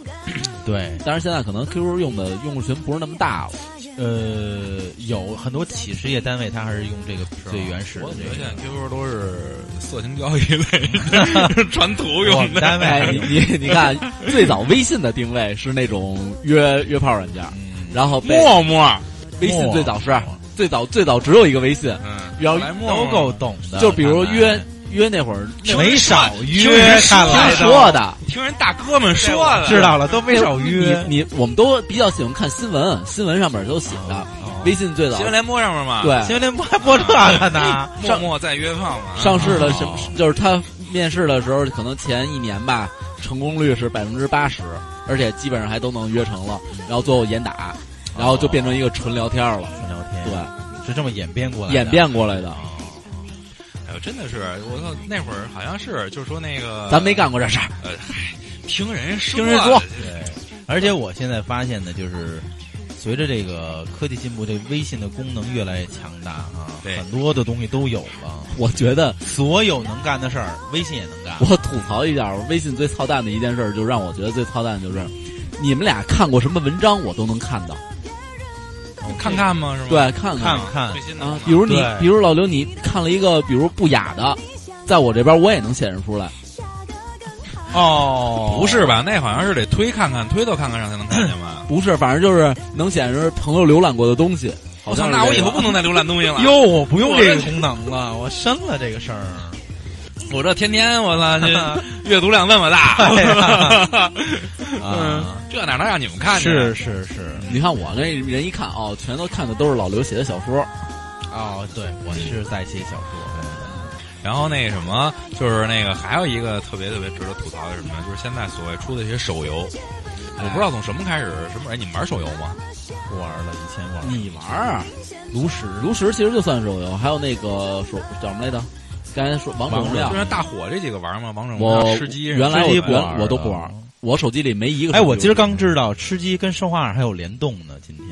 对，但是现在可能 QQ 用的用户群不是那么 大了，呃，有很多企事业单位，它还是用这个最原始的我怎么觉得这现在个。 QQ 都是色情交易类 传图我用们的？单位还哎，是你用你你看，最早微信的定位是那种约约炮软件，嗯然后被陌陌，微信陌最早是最早最早只有一个微信，嗯，然后来陌都陌够懂的，就比如看来 约约那会儿那会儿没少听约人，看来听说的，听人大哥们说的，知道了都没少约。 你你我们都比较喜欢看新闻，新闻上面都写的， 微信最早新闻联播上面嘛，，对新闻哦联播还播这个 呢，陌陌在约炮嘛，上市的什么哦，就是他面试的时候，可能前一年吧，成功率是百分之八十，而且基本上还都能约成了，然后最后严打，然后就变成一个纯聊天了，纯聊天，对，是这么演变过来的，演变过来的。哎呦，真的是，我操，那会儿好像是，就是说那个，呃咱没干过这事儿，听人说，听人说，对。而且我现在发现呢，就是随着这个科技进步，这微信的功能越来越强大啊，对很多的东西都有了，我觉得所有能干的事儿，微信也能干。我吐槽一下，我微信最操蛋的一件事，就让我觉得最操蛋的就是，你们俩看过什么文章，我都能看到，看看吗？是吗？对，看嗯看啊看最新的啊，比如你对，比如老刘，你看了一个，比如不雅的，在我这边我也能显示出来。哦不是吧？那好像是得推看看，推到看看上才能看见吧？不是，反正就是能显示朋友浏览过的东西。好我操，像那我以后不不能再浏览东西 了。哟，我不用我这这个功能了，我删了这个事儿。我这天天我操，这阅读量那么大， 啊嗯，这哪能让你们看见？啊是 是是，你看我那人一看哦，全都看的都是老刘写的小说。哦，对，我是在写小说。然后那什么，就是那个还有一个特别特别值得吐槽的是什么呢？就是现在所谓出的一些手游，哎我不知道从什么开始，什么哎，你们玩手游吗？不玩了，以前嗯玩你玩啊？炉石，炉石其实就算手游，还有那个手叫什么来着？刚才说王者荣耀就，是大火这几个玩吗？王者荣我耀、吃鸡啊什么原来的我吃鸡不玩原我都不玩了，我手机里没一个手 哎，游。我今儿刚知道吃鸡跟生化二还有联动呢，今天。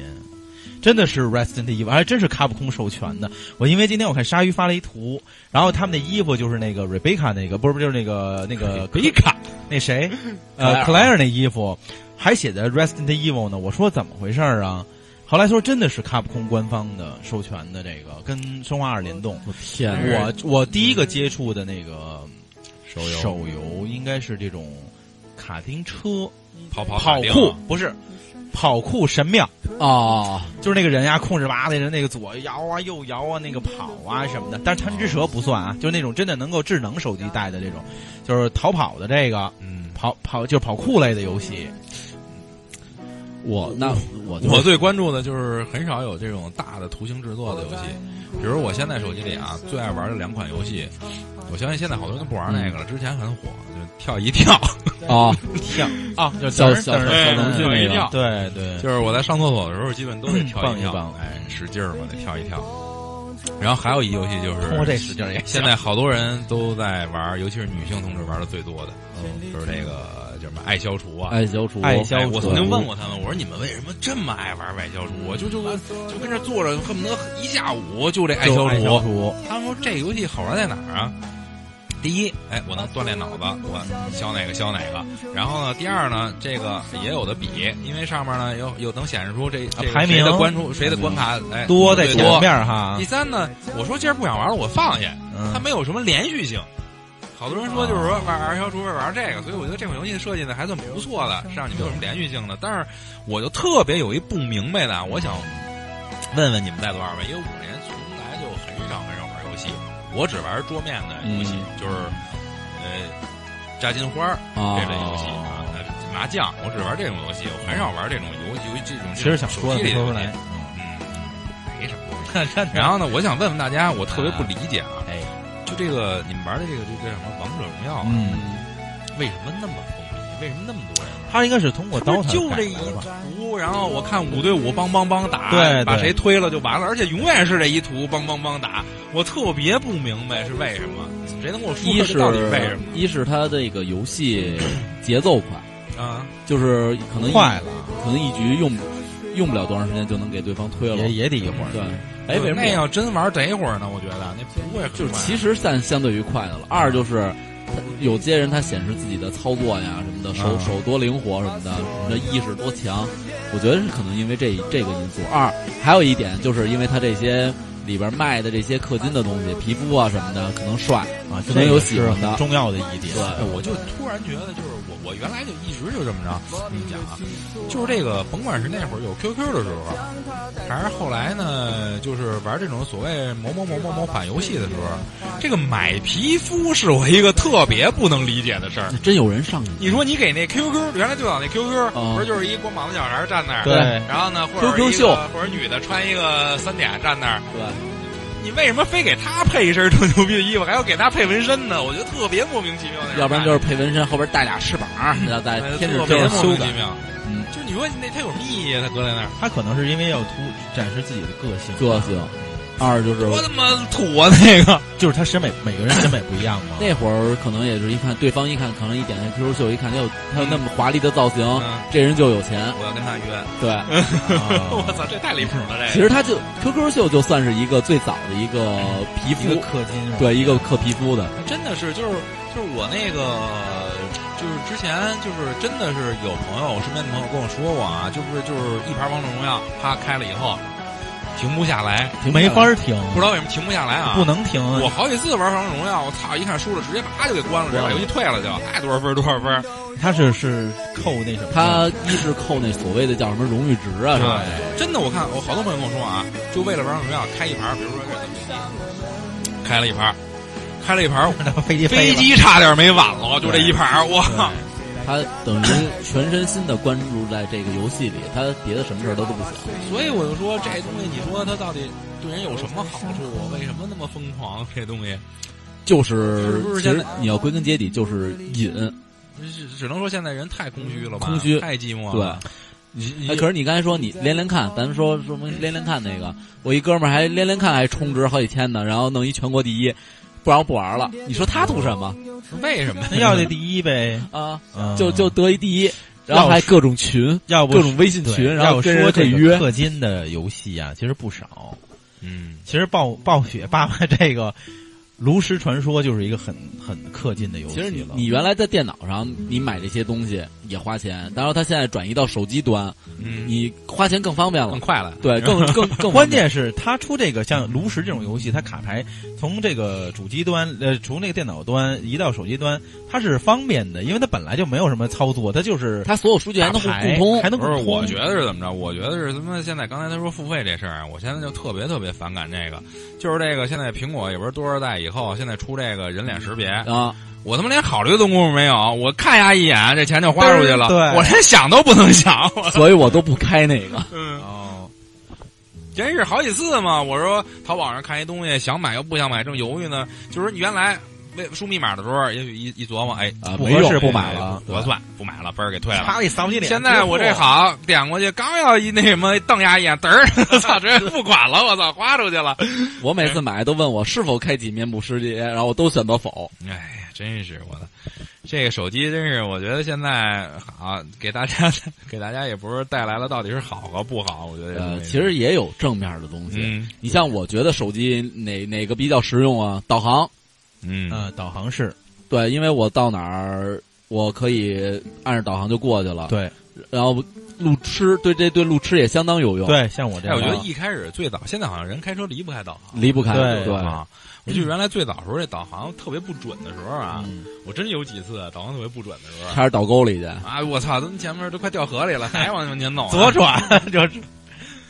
真的是 Resident Evil，还真是卡普空授权的。我因为今天我看鲨鱼发了一图，然后他们的衣服就是那个 Rebecca 那个，不是不是就是那个那个 Rebecca 那谁，呃 Claire 那衣服，还写着 Resident Evil 呢。我说怎么回事儿啊？后来说真的是卡普空官方的授权的这个跟生化二联动。天啊，我我第一个接触的那个手游、手游应该是这种卡丁车，跑跑跑打电酷话不是跑酷神庙，哦，就是那个人呀、控制吧那人那个左摇啊右摇啊那个跑啊什么的。但是贪吃蛇不算啊，就是那种真的能够智能手机带的这种，就是逃跑的这个嗯，跑跑就是跑酷类的游戏。我那我就我最关注的就是很少有这种大的图形制作的游戏，比如我现在手机里啊最爱玩的两款游戏，我相信现在好多人都不玩那个嗯了，之前很火，就跳一跳，啊，跳啊，就是小噔儿小噔儿小小噔儿程序噔儿那个一跳对对， 就是我在上厕所的时候基本都得跳一嗯嗯棒一棒跳，哎，使劲儿嘛得跳一跳。然后还有一游戏就通过这是，使劲儿也行现在好多人都在玩，尤其是女性同志玩的最多的，就是那个叫什么爱消除啊，爱消除，哦爱消哎除我曾经问过他们，我说你们为什么这么爱玩外消除？我就就就跟这坐着，恨不得一下午就这爱消爱消除。除，他们说这游戏好玩在哪儿啊？第一，哎，我能锻炼脑子，我消哪个消哪个。然后呢，第二呢，这个也有的比，因为上面呢有有能显示出这这个啊排名谁的关注谁的关卡哎多在最前多面啊儿哈第，三呢，我说今儿不想玩了，我放下，嗯哦它没有什么连续性。好多人说就是说玩玩消除玩玩这个，所以我觉得这款游戏设计的还算不错的，是让你没有什么连续性的。但是我就特别有一不明白的，我想问问你们在座二位，因为我这人从来就很少很少玩游戏，我只玩桌面的游戏，嗯就是呃炸金花儿啊这类游戏哦啊，呃麻将，我只玩这种游戏，我很少玩这种游戏，这种其实想说手机里的的说不游出来戏，，嗯，没什么。嗯然后呢，我想问问大家，我特别不理解啊，哎，就这个你们玩的这个这个叫什么《王者荣耀》啊，嗯。为什么那么风靡？为什么那么多人玩？他应该是通过刀不是就这一吧？图，然后我看五对五，梆梆梆打，对对把谁推了就完了，而且永远是这一图，梆梆梆打。我特别不明白是为什么，谁能给我说一说是这到底为什么？一是它这个游戏节奏快，啊，就是可能一快了，可能一局用用不了多长时间就能给对方推了。也也得一会儿。对，哎，为什么那我？要真玩等一会儿呢？我觉得那不会很就是快其实算相对于快的了。二就是它有些人他显示自己的操作呀什么的，手、啊手多灵活什么的，什么的意识多强，我觉得是可能因为这这个因素。二还有一点就是因为他这些里边卖的这些氪金的东西，皮肤啊什么的，可能帅啊，可这能个有是喜欢很的。重要的一点。啊对哎，我就突然觉得，就是我我原来就一直就这么着，跟你讲啊，就是这个，甭管是那会儿有 QQ 的时候，还是后来呢，就是玩这种所谓某某某某某款游戏的时候，这个买皮肤是我一个特别不能理解的事儿。真有人上瘾？你说你给那 QQ，原来最早那 QQ 嗯不是就是一光膀子小孩儿站那儿，对然后呢，或者 QQ 一个秀或者女的穿一个三点站那儿，对，你为什么非给她配一身特牛逼的衣服，还要给她配纹身呢？我觉得特别莫名其妙那种感觉。要不然就是配纹身后边带俩翅膀， 然后带天使哎特之别手莫修名其改。妙。嗯就你说那他有什么意义啊？他搁在那儿，他可能是因为要突展示自己的个性，个性。二就是多他妈土啊！那个就是他审美，每个人审美不一样 嘛。那会儿可能也是一看对方一看，可能一点开 QQ 秀，一看他有他有那么华丽的造型，嗯这人就有钱。我要跟他约，对， 我操，这太离谱了！啊其这个实他就 QQ 秀就算是一个最早的一个皮一个肤，氪金是吧？对，一个刻皮肤的。真的是就是就是我那个就是之前就是真的是有朋友，我身边的朋友跟我说过啊，就是就是一盘王者荣耀，他开了以后。停不下来，停不下没来法儿停，不知道为什么停不下来啊，不。能停。我好几次玩《王者荣耀》，我操！一看输了，直接啪就给关了，这把游戏退了就，爱多少分儿多少分儿。他是是扣那什么的，他一是扣那所谓的叫什么荣誉值啊什么的，真的，我看我好多朋友跟我说啊，就为了《王者荣耀》开一盘儿，比如说这怎么地，开了一盘儿，开了一盘 儿，他飞机飞飞了机差点没晚了，就这一盘儿，哇！他等于全身心的关注在这个游戏里，他别的什么事儿他都不想。所以我就说这东西，你说它到底对人有什么好处？为什么那么疯狂？这东西就是是不是其现实在你要归根结底就是瘾，只只能说现在人太空虚了吧，空虚太寂寞对了。。你哎，可是你刚才说你连连看，咱们说说明连连看那个，我一哥们儿还连连看还充值好几千呢，然后弄一全国第一，不然我不玩了。你说他图什么是为什么呀？那要这第一呗，啊？嗯就就得一第一，然后还各种群，要不各种微信对群，然要后跟说人这这个约，氪金的游戏啊，其实不少。嗯，其实暴暴雪爸爸这个炉石传说就是一个很很氪金的游戏其了。实你你原来在电脑上你买这些东西也花钱，然后他现在转移到手机端，嗯你花钱更方便了更，快了。对， 更更更关方便键是它出这个像炉石这种游戏，它卡牌从这个主机端呃从那个电脑端移到手机端，它是方便的，因为它本来就没有什么操作，它就是他所有数据还能互打互牌通还，能不互是，通。我觉得是怎么着？我觉得是他妈现在刚才他说付费这事儿啊，我现在就特别特别反感这个，就是这个现在苹果也不是多少代以后，现在出这个人脸识别，啊，我他妈连考虑的功夫没有，我看他一眼，这钱就花出去了，对对我连想都不能想，我所以我都不开那个。嗯。哦，真是好几次嘛！我说淘宝上看一东西，想买又不想买，正犹豫呢。就是你原来为输密码的时候，也许一一琢磨，哎，啊不没合用适，不买了不合算，不买了，嘣儿给退了。啪一扫你脸。现在我这好点过去，刚要一那什么瞪他一眼，嘚儿， 操，直接付款了，我操，花出去了。我每次买都问我是否开启面部识别，然后我都选择否。哎呀，真是我的，这个手机真是，我觉得现在好给大家 给大家也不是带来了到底是好和不好，我觉得呃，其实也有正面的东西。嗯你像我觉得手机哪哪个比较实用啊？导航，嗯呃导航是对，因为我到哪儿我可以按着导航就过去嗯了。，对然后路痴对这对路痴也相当有用，，对，像我这哎，样我的，觉得一开始最早，现在好像人开车离不开导航，离不开。对对，啊。我记得原来最早时候，这导航特别不准的时候啊，嗯我真有几次导航特别不准的时候，开始倒沟里去。嗯啊，我操，他们前面都快掉河里了，还往前弄啊，左转就是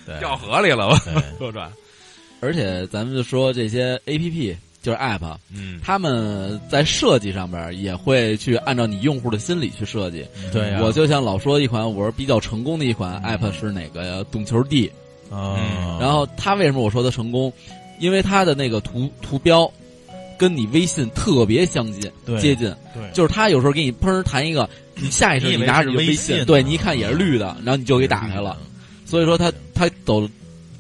对掉河里了，我对左转，而且咱们就说这些 A P P 就是 App，嗯，他们在设计上边也会去按照你用户的心理去设计。对啊呀，我就像老说一款我说比较成功的一款 app 是哪个呀？懂球帝。嗯，然后它为什么我说它成功？因为它的那个图图标跟你微信特别相近对，接近。对就是它有时候给你砰儿弹一个，你下意识你以为拿着你是的微微信呢对你一看也是绿的，然后你就给打开了。嗯所以说它它走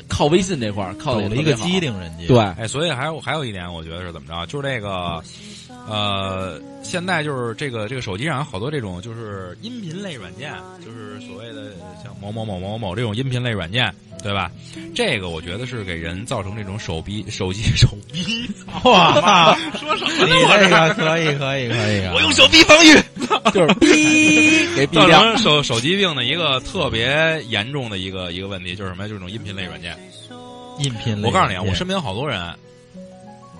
靠微信这块儿靠走的了一个机灵人家，对，哎，所以还有还有一点，我觉得是怎么着，啊就是这个，呃，现在就是这个这个手机上有好多这种就是音频类软件，就是所谓的像某某某某某这种音频类软件，对吧？这个我觉得是给人造成这种手逼手机 手逼， 哇，说什么你呢？我这这个可以可以可以啊， 我用手臂防御，就是哔给 造哔掉。成手手机病的一个特别严重的一个一个问题，就是什么呀？就是这种音频类软件。音频类，我告诉你啊，我身边好多人，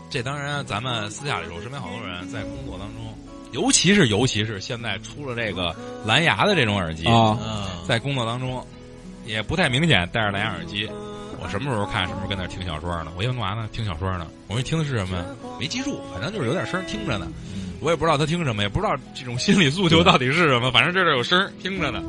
这当然咱们私下里说，我身边好多人在工作当中，尤其是尤其是现在出了这个蓝牙的这种耳机，啊，嗯在工作当中也不太明显戴着蓝牙耳机。我什么时候看，什么时候跟那儿听小说呢？我一问干嘛呢？听小说呢。我说你听的是什么呀？没记住，反正就是有点声儿听着呢。我也不知道他听什么，也不知道这种心理诉求到底是什么，反正这是有声儿听着呢。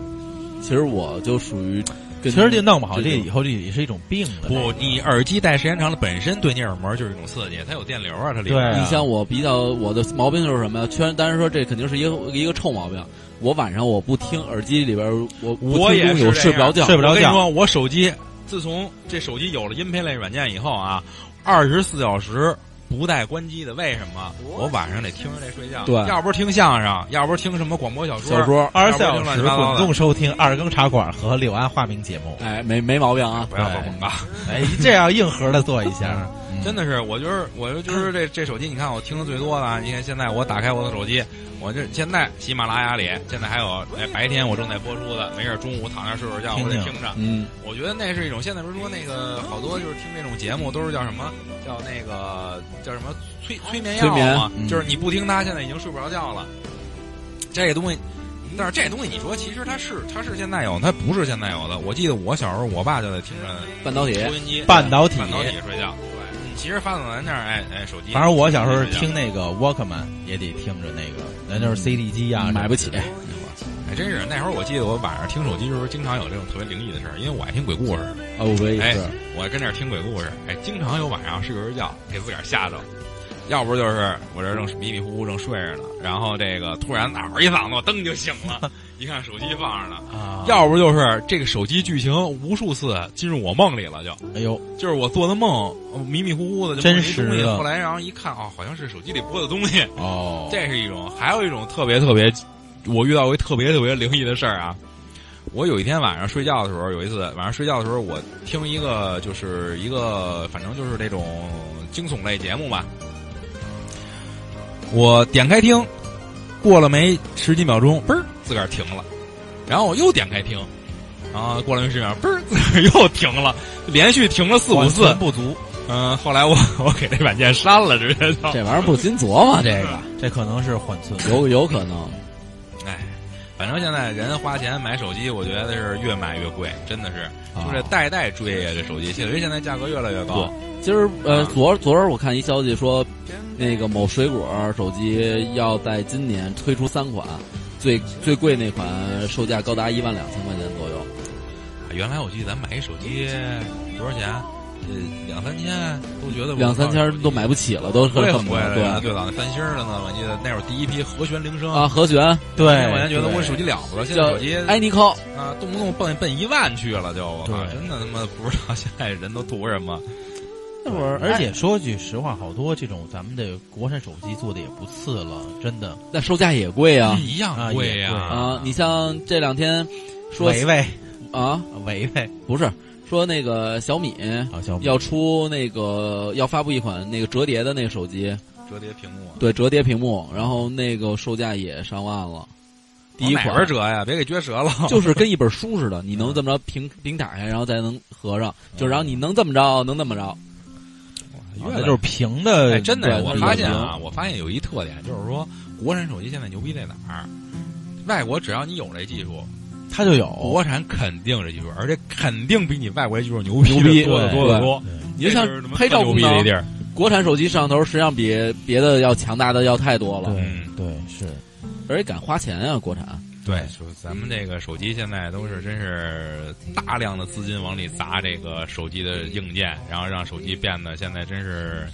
其实我就属于跟，其实这弄不好，这种以后这也是一种病的。不，你耳机戴时间长了，本身对你耳膜就是一种刺激，它有电流啊，它里对面。你像我比较我的毛病就是什么呀？虽然当然说这肯定是一个一个臭毛病，我晚上我不听耳机里边儿我不我听也东西是我这睡不着样觉，睡不着我跟觉你说，我手机自从这手机有了音频类软件以后啊，二十四小时不带关机的，为什么？我晚上得听着这睡觉，对要不是听相声，要不是听什么广播小说，小说二二十四小时滚动动，收听二更茶馆和柳安化名节 目。哎，没没毛病啊不。要做广告。哎，嗯这样硬核的做一下，真的是，我就是我就就是这这手机，你看我听的最多的 啊，你看现在我打开我的手机，我这现在喜马拉雅里现在还有，哎，白天我正在播出的，没事儿中午躺那儿睡会儿觉， 听我得听听着。嗯，我觉得那是一种，现在不是说那个好多就是听这种节目都是叫什么叫那个叫什么催催眠药催眠嘛，嗯就是你不听它，现在已经睡不着觉了。这个东西，但是这东西你说其实它是它是现在有，它不是现在有的。我记得我小时候，我爸就在听着半导体收音机半导体半导体睡觉。对，你其实发展咱这儿，哎哎，手机。反正我小时候手机睡觉听，那个 Walkman 也得听着那个，那就是 CD 机啊，买不起。还哎真是那会儿，我记得我晚上听手机的时候，经常有这种特别灵异的事儿，因为我爱听鬼故事。啊，我也哎是，，我跟那儿听鬼故事，哎，经常有晚上睡着觉给自个儿吓着，要不就是我这正迷迷糊糊正睡着呢，然后这个突然哪儿一嗓子，我噔就醒 了，一看手机放着呢，啊要不就是这个手机剧情无数次进入我梦里了就，哎呦，就是我做的梦迷迷糊糊的就真梦见一东西实的后来然后一看啊、好像是手机里播的东西，哦，这是一种，还有一种特别特别，我遇到过一特别特别灵异的事儿啊。我有一天晚上睡觉的时候，有一次晚上睡觉的时候，我听一个就是一个，反正就是这种惊悚类节目吧。我点开听，过了没十几秒钟，嘣儿自个儿停了，然后我又点开听，啊，过了没十秒，嘣儿自个儿又停了，连续停了四五缓次存。不足，嗯、后来我我给这软件删了，直接就。这玩意儿不禁琢磨，这 个啊这可能是缓存。有有可能。哎，反正现在人花钱买手机，我觉得是越买越贵，真的是，啊就这代代追呀，这手机，其实现在价格越来越高。啊今儿呃，昨昨儿我看一消息说，那个某水果手机要在今年推出三款，最最贵那款售价高达一万两千块钱左右。原来我记得咱买一手机多少钱？呃，两三千都觉得两三千都买不起了，都贵恨很不贵了。得原来对最早那三星儿的呢，我记得那会儿第一批和弦铃声啊，，和弦对，我先觉得我手机了不得，现在叫手机艾尼康，啊，动不动奔奔一万去了就，我靠，对真的他妈不知道现在人都图什么。那会哎儿，而且说句实话，好多这种咱们的国产手机做的也不次了，真的。但售价也贵啊一样贵呀、啊啊！你像这两天说维维，啊，维维，不是说那个小米好像要出那个要发布一款那个折叠的那个手机，折叠屏幕啊，对折叠屏幕，然后那个售价也上万了。第一往哪边款折呀？别给撅折了。就是跟一本书似的，你能这么着平平打开，然后再能合上，就然后你能这么着，能那么着，啊那就是平的，哎，真的，对我它是发有现屏啊，我发现有一特点，就是说国产手机现在牛逼在哪儿？外国只要你有这技哦术，它就有。国产肯定这技术，而且肯定比你外国这技术牛逼牛逼得多得对多得多。你就像这是他妈拍照特牛功逼的一能地，儿，国产手机摄像头实际上比别的要强大的要太多了，对嗯对是，而且敢花钱啊，国产。对，说咱们这个手机现在都是真是大量的资金往里砸这个手机的硬件，然后让手机变得现在真是，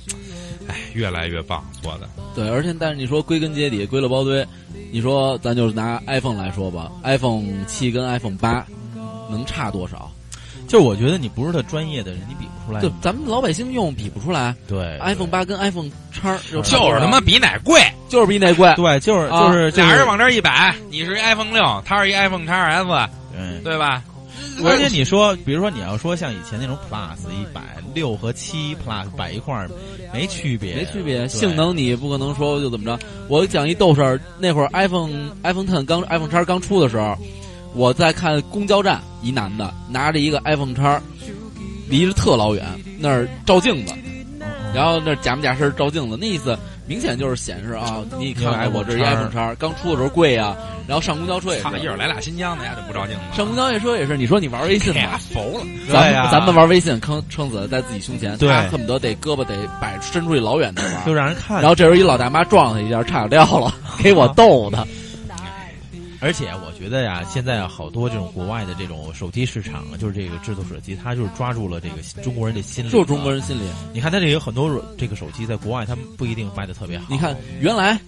哎，越来越棒做的。对，而且但是你说归根结底归了包堆，你说咱就拿 iPhone 来说吧，iPhone 七跟 iPhone 八能差多少？就是我觉得你不是特专业的人，你比不出来。对，咱们老百姓用比不出来哎对，iPhone 八跟 iPhone 叉就是就是他妈比奶贵，就是比那贵，对，就是啊就是就俩人是，往这儿一摆，你是一 iPhone 六，他是一 iPhone 叉 S，嗯。对吧？而且你说，比如说你要说像以前那种 Plus 一百六和七 Plus 摆一块儿，没区别，没区别，对性能你不可能说就怎么着。我讲一逗事儿，那会儿 iPhone iPhone Ten 刚 iPhone 叉刚出的时候，我在看公交站，一男的拿着一个 iPhone 叉，离着特老远，那儿照镜子，然后那儿假模假式照镜子，那意思明显就是显示啊，你看哎我这是一 iPhone 叉，刚出的时候贵啊，然后上公交车也操，一会是，儿来俩新疆的呀，就不照镜子了。上公交车也是，你说你玩微信给吧他。服了，咱们、对啊咱们玩微信，坑撑死在自己胸前，对他恨不得得胳膊得摆伸出去老远的玩，就让人看然。后这时候一老大妈撞他一下，差点撂了，给我逗的。而且我觉得呀，现在好多这种国外的这种手机市场，啊就是这个制作手机，它就是抓住了这个中国人的心理，就是中国。人心里，你看，它这有很多这个手机在国外，他们不一定卖的特别好。你看原来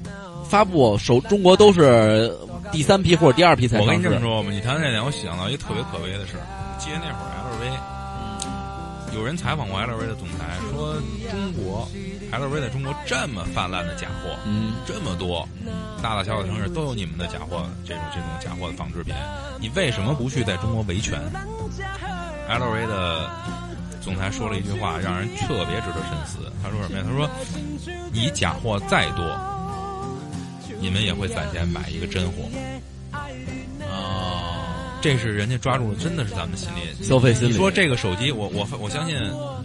发布手中国都是第三批或者第二批才我跟上你这么市，说吧，你谈这点，我想到一特别可悲的事儿。记得那会儿 LV，嗯有人采访过 LV 的总裁，说中国 LV 在中国这么泛滥的假货，嗯，这么多，大大小小的城市都有你们的假货，这种这种假货的纺织品，你为什么不去在中国维权？LV 的总裁说了一句话，让人特别值得深思。他说什么呀？他说，你假货再多，你们也会攒钱买一个真货。哦，这是人家抓住了，真的是咱们心里消费心理你说这个手机，我我我相信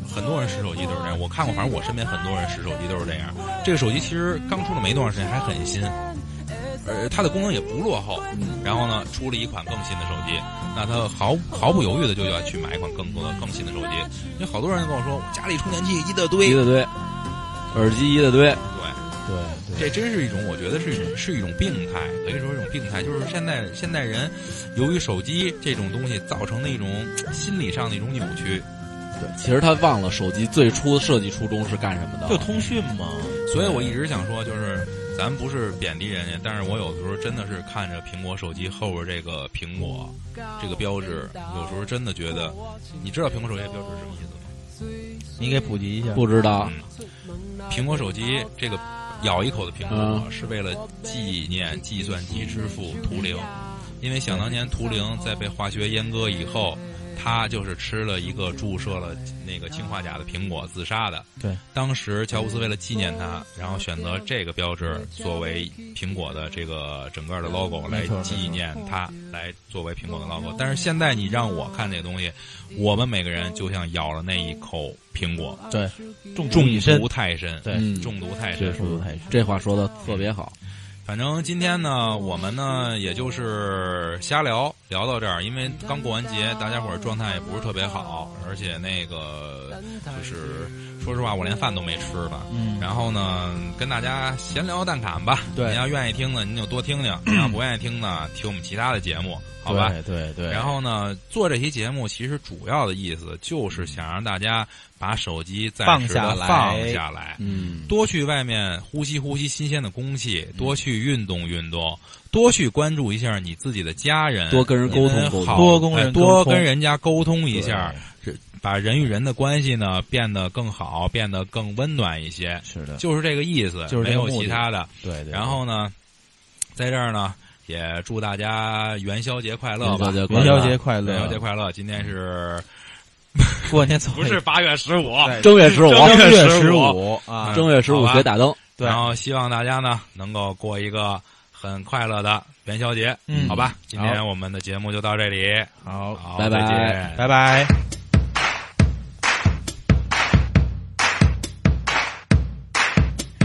很多人使手机都是这样。我看过，反正我身边很多人使手机都是这样。这个手机其实刚出了没多长时间，还很新，而它的功能也不落后。嗯然后呢，出了一款更新的手机，那他毫毫不犹豫的就要去买一款更多的更新的手机。因为好多人跟我说，我家里充电器一大堆，一大堆，耳机一大堆，对，对对，这真是一种，我觉得是一种是一种病态，可以说是一种病态，就是现代现代人由于手机这种东西造成的一种心理上的一种扭曲，其实他忘了手机最初设计初衷是干什么的就了。通讯嘛，所以我一直想说，就是咱不是贬低人家，但是我有的时候真的是看着苹果手机后边这个苹果这个标志，有时候真的觉得，你知道苹果手机的标志是什么意思吗？你给普及一下。不知道，嗯苹果手机这个咬一口的苹果、嗯是为了纪念计算机之父图灵，因为想当年图灵在被化学阉割以后，他就是吃了一个注射了那个氰化钾的苹果自杀的。对，当时乔布斯为了纪念他，然后选择这个标志作为苹果的这个整个的 logo 来没错没错纪念他，来作为苹果的 logo。但是现在你让我看这东西，我们每个人就像咬了那一口苹果，对，中中一身毒，太深，对嗯中毒太这深。中毒太深。这话说的特别好。反正今天呢，我们呢也就是瞎聊聊到这儿，因为刚过完节，大家伙儿状态也不是特别好，而且那个就是说实话，我连饭都没吃吧。嗯然后呢，跟大家闲聊淡侃吧。对您要愿意听呢，您就多 听听；您要不愿意听呢，听我们其他的节目，好吧？对对对。然后呢，做这期节目其实主要的意思就是想让大家把手机暂时地放下来放下来，嗯，多去外面呼吸呼吸新鲜的空气，多去运动运动，多去关注一下你自己的家人，多跟人沟通你们沟通好多跟人哎多沟通跟人家沟通一下，把人与人的关系呢变得更好，变得更温暖一些，是的，就是这个意思，就是没这个有目其的他的。对对。对然后呢，在这儿呢，也祝大家元宵节快乐元吧宵！节快元乐宵节快乐，元宵节快乐！今天是过年早不是八月十五？对正月十五，正月十嗯五啊？正月十好五吧节打灯，对然后希望大家呢能够过一个很快乐的元宵节，嗯好吧？今好天我们的节目就到这里，好，好，拜拜再见拜拜。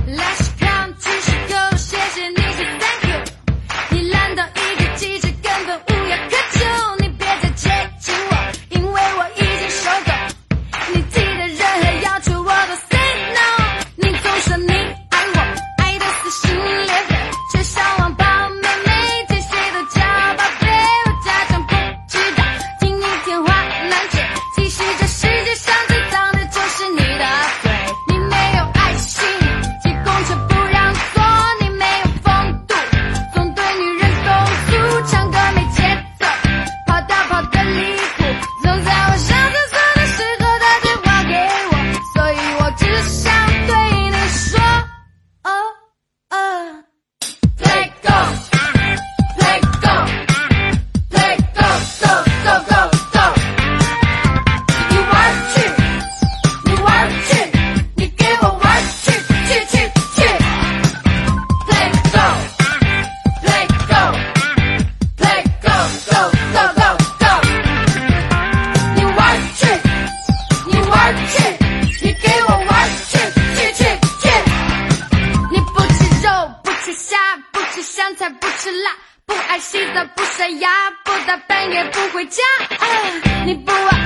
来时看去时够，谢谢你是 Thank you。你懒到一个极致，根本无药可救。你别再接近我，因为我已经受够。你提的任何要求我都 say no。你总说你爱我，爱的撕心裂肺，却向往抱妹妹，见谁都叫宝贝。我假装不知道，听你天花乱坠，其实这世界上最脏的就是你的嘴。你没有爱心，挤公车不让座，你没有风度，总对女人控诉，唱歌没节奏，跑调跑得离谱，总在我上厕所的时候打电话给我，所以我只想对你说，哦哦，Play go，Play go，Play go，go go go go，你玩去。你玩去，你给我玩去去去去，Play go，Play go，Play go go go go go，你玩去，你玩去，你给我玩去去去去。你不吃肉，不吃虾，不吃香菜，不吃辣，不爱洗澡，不刷牙，不打扮，也不回家。哎，你不爱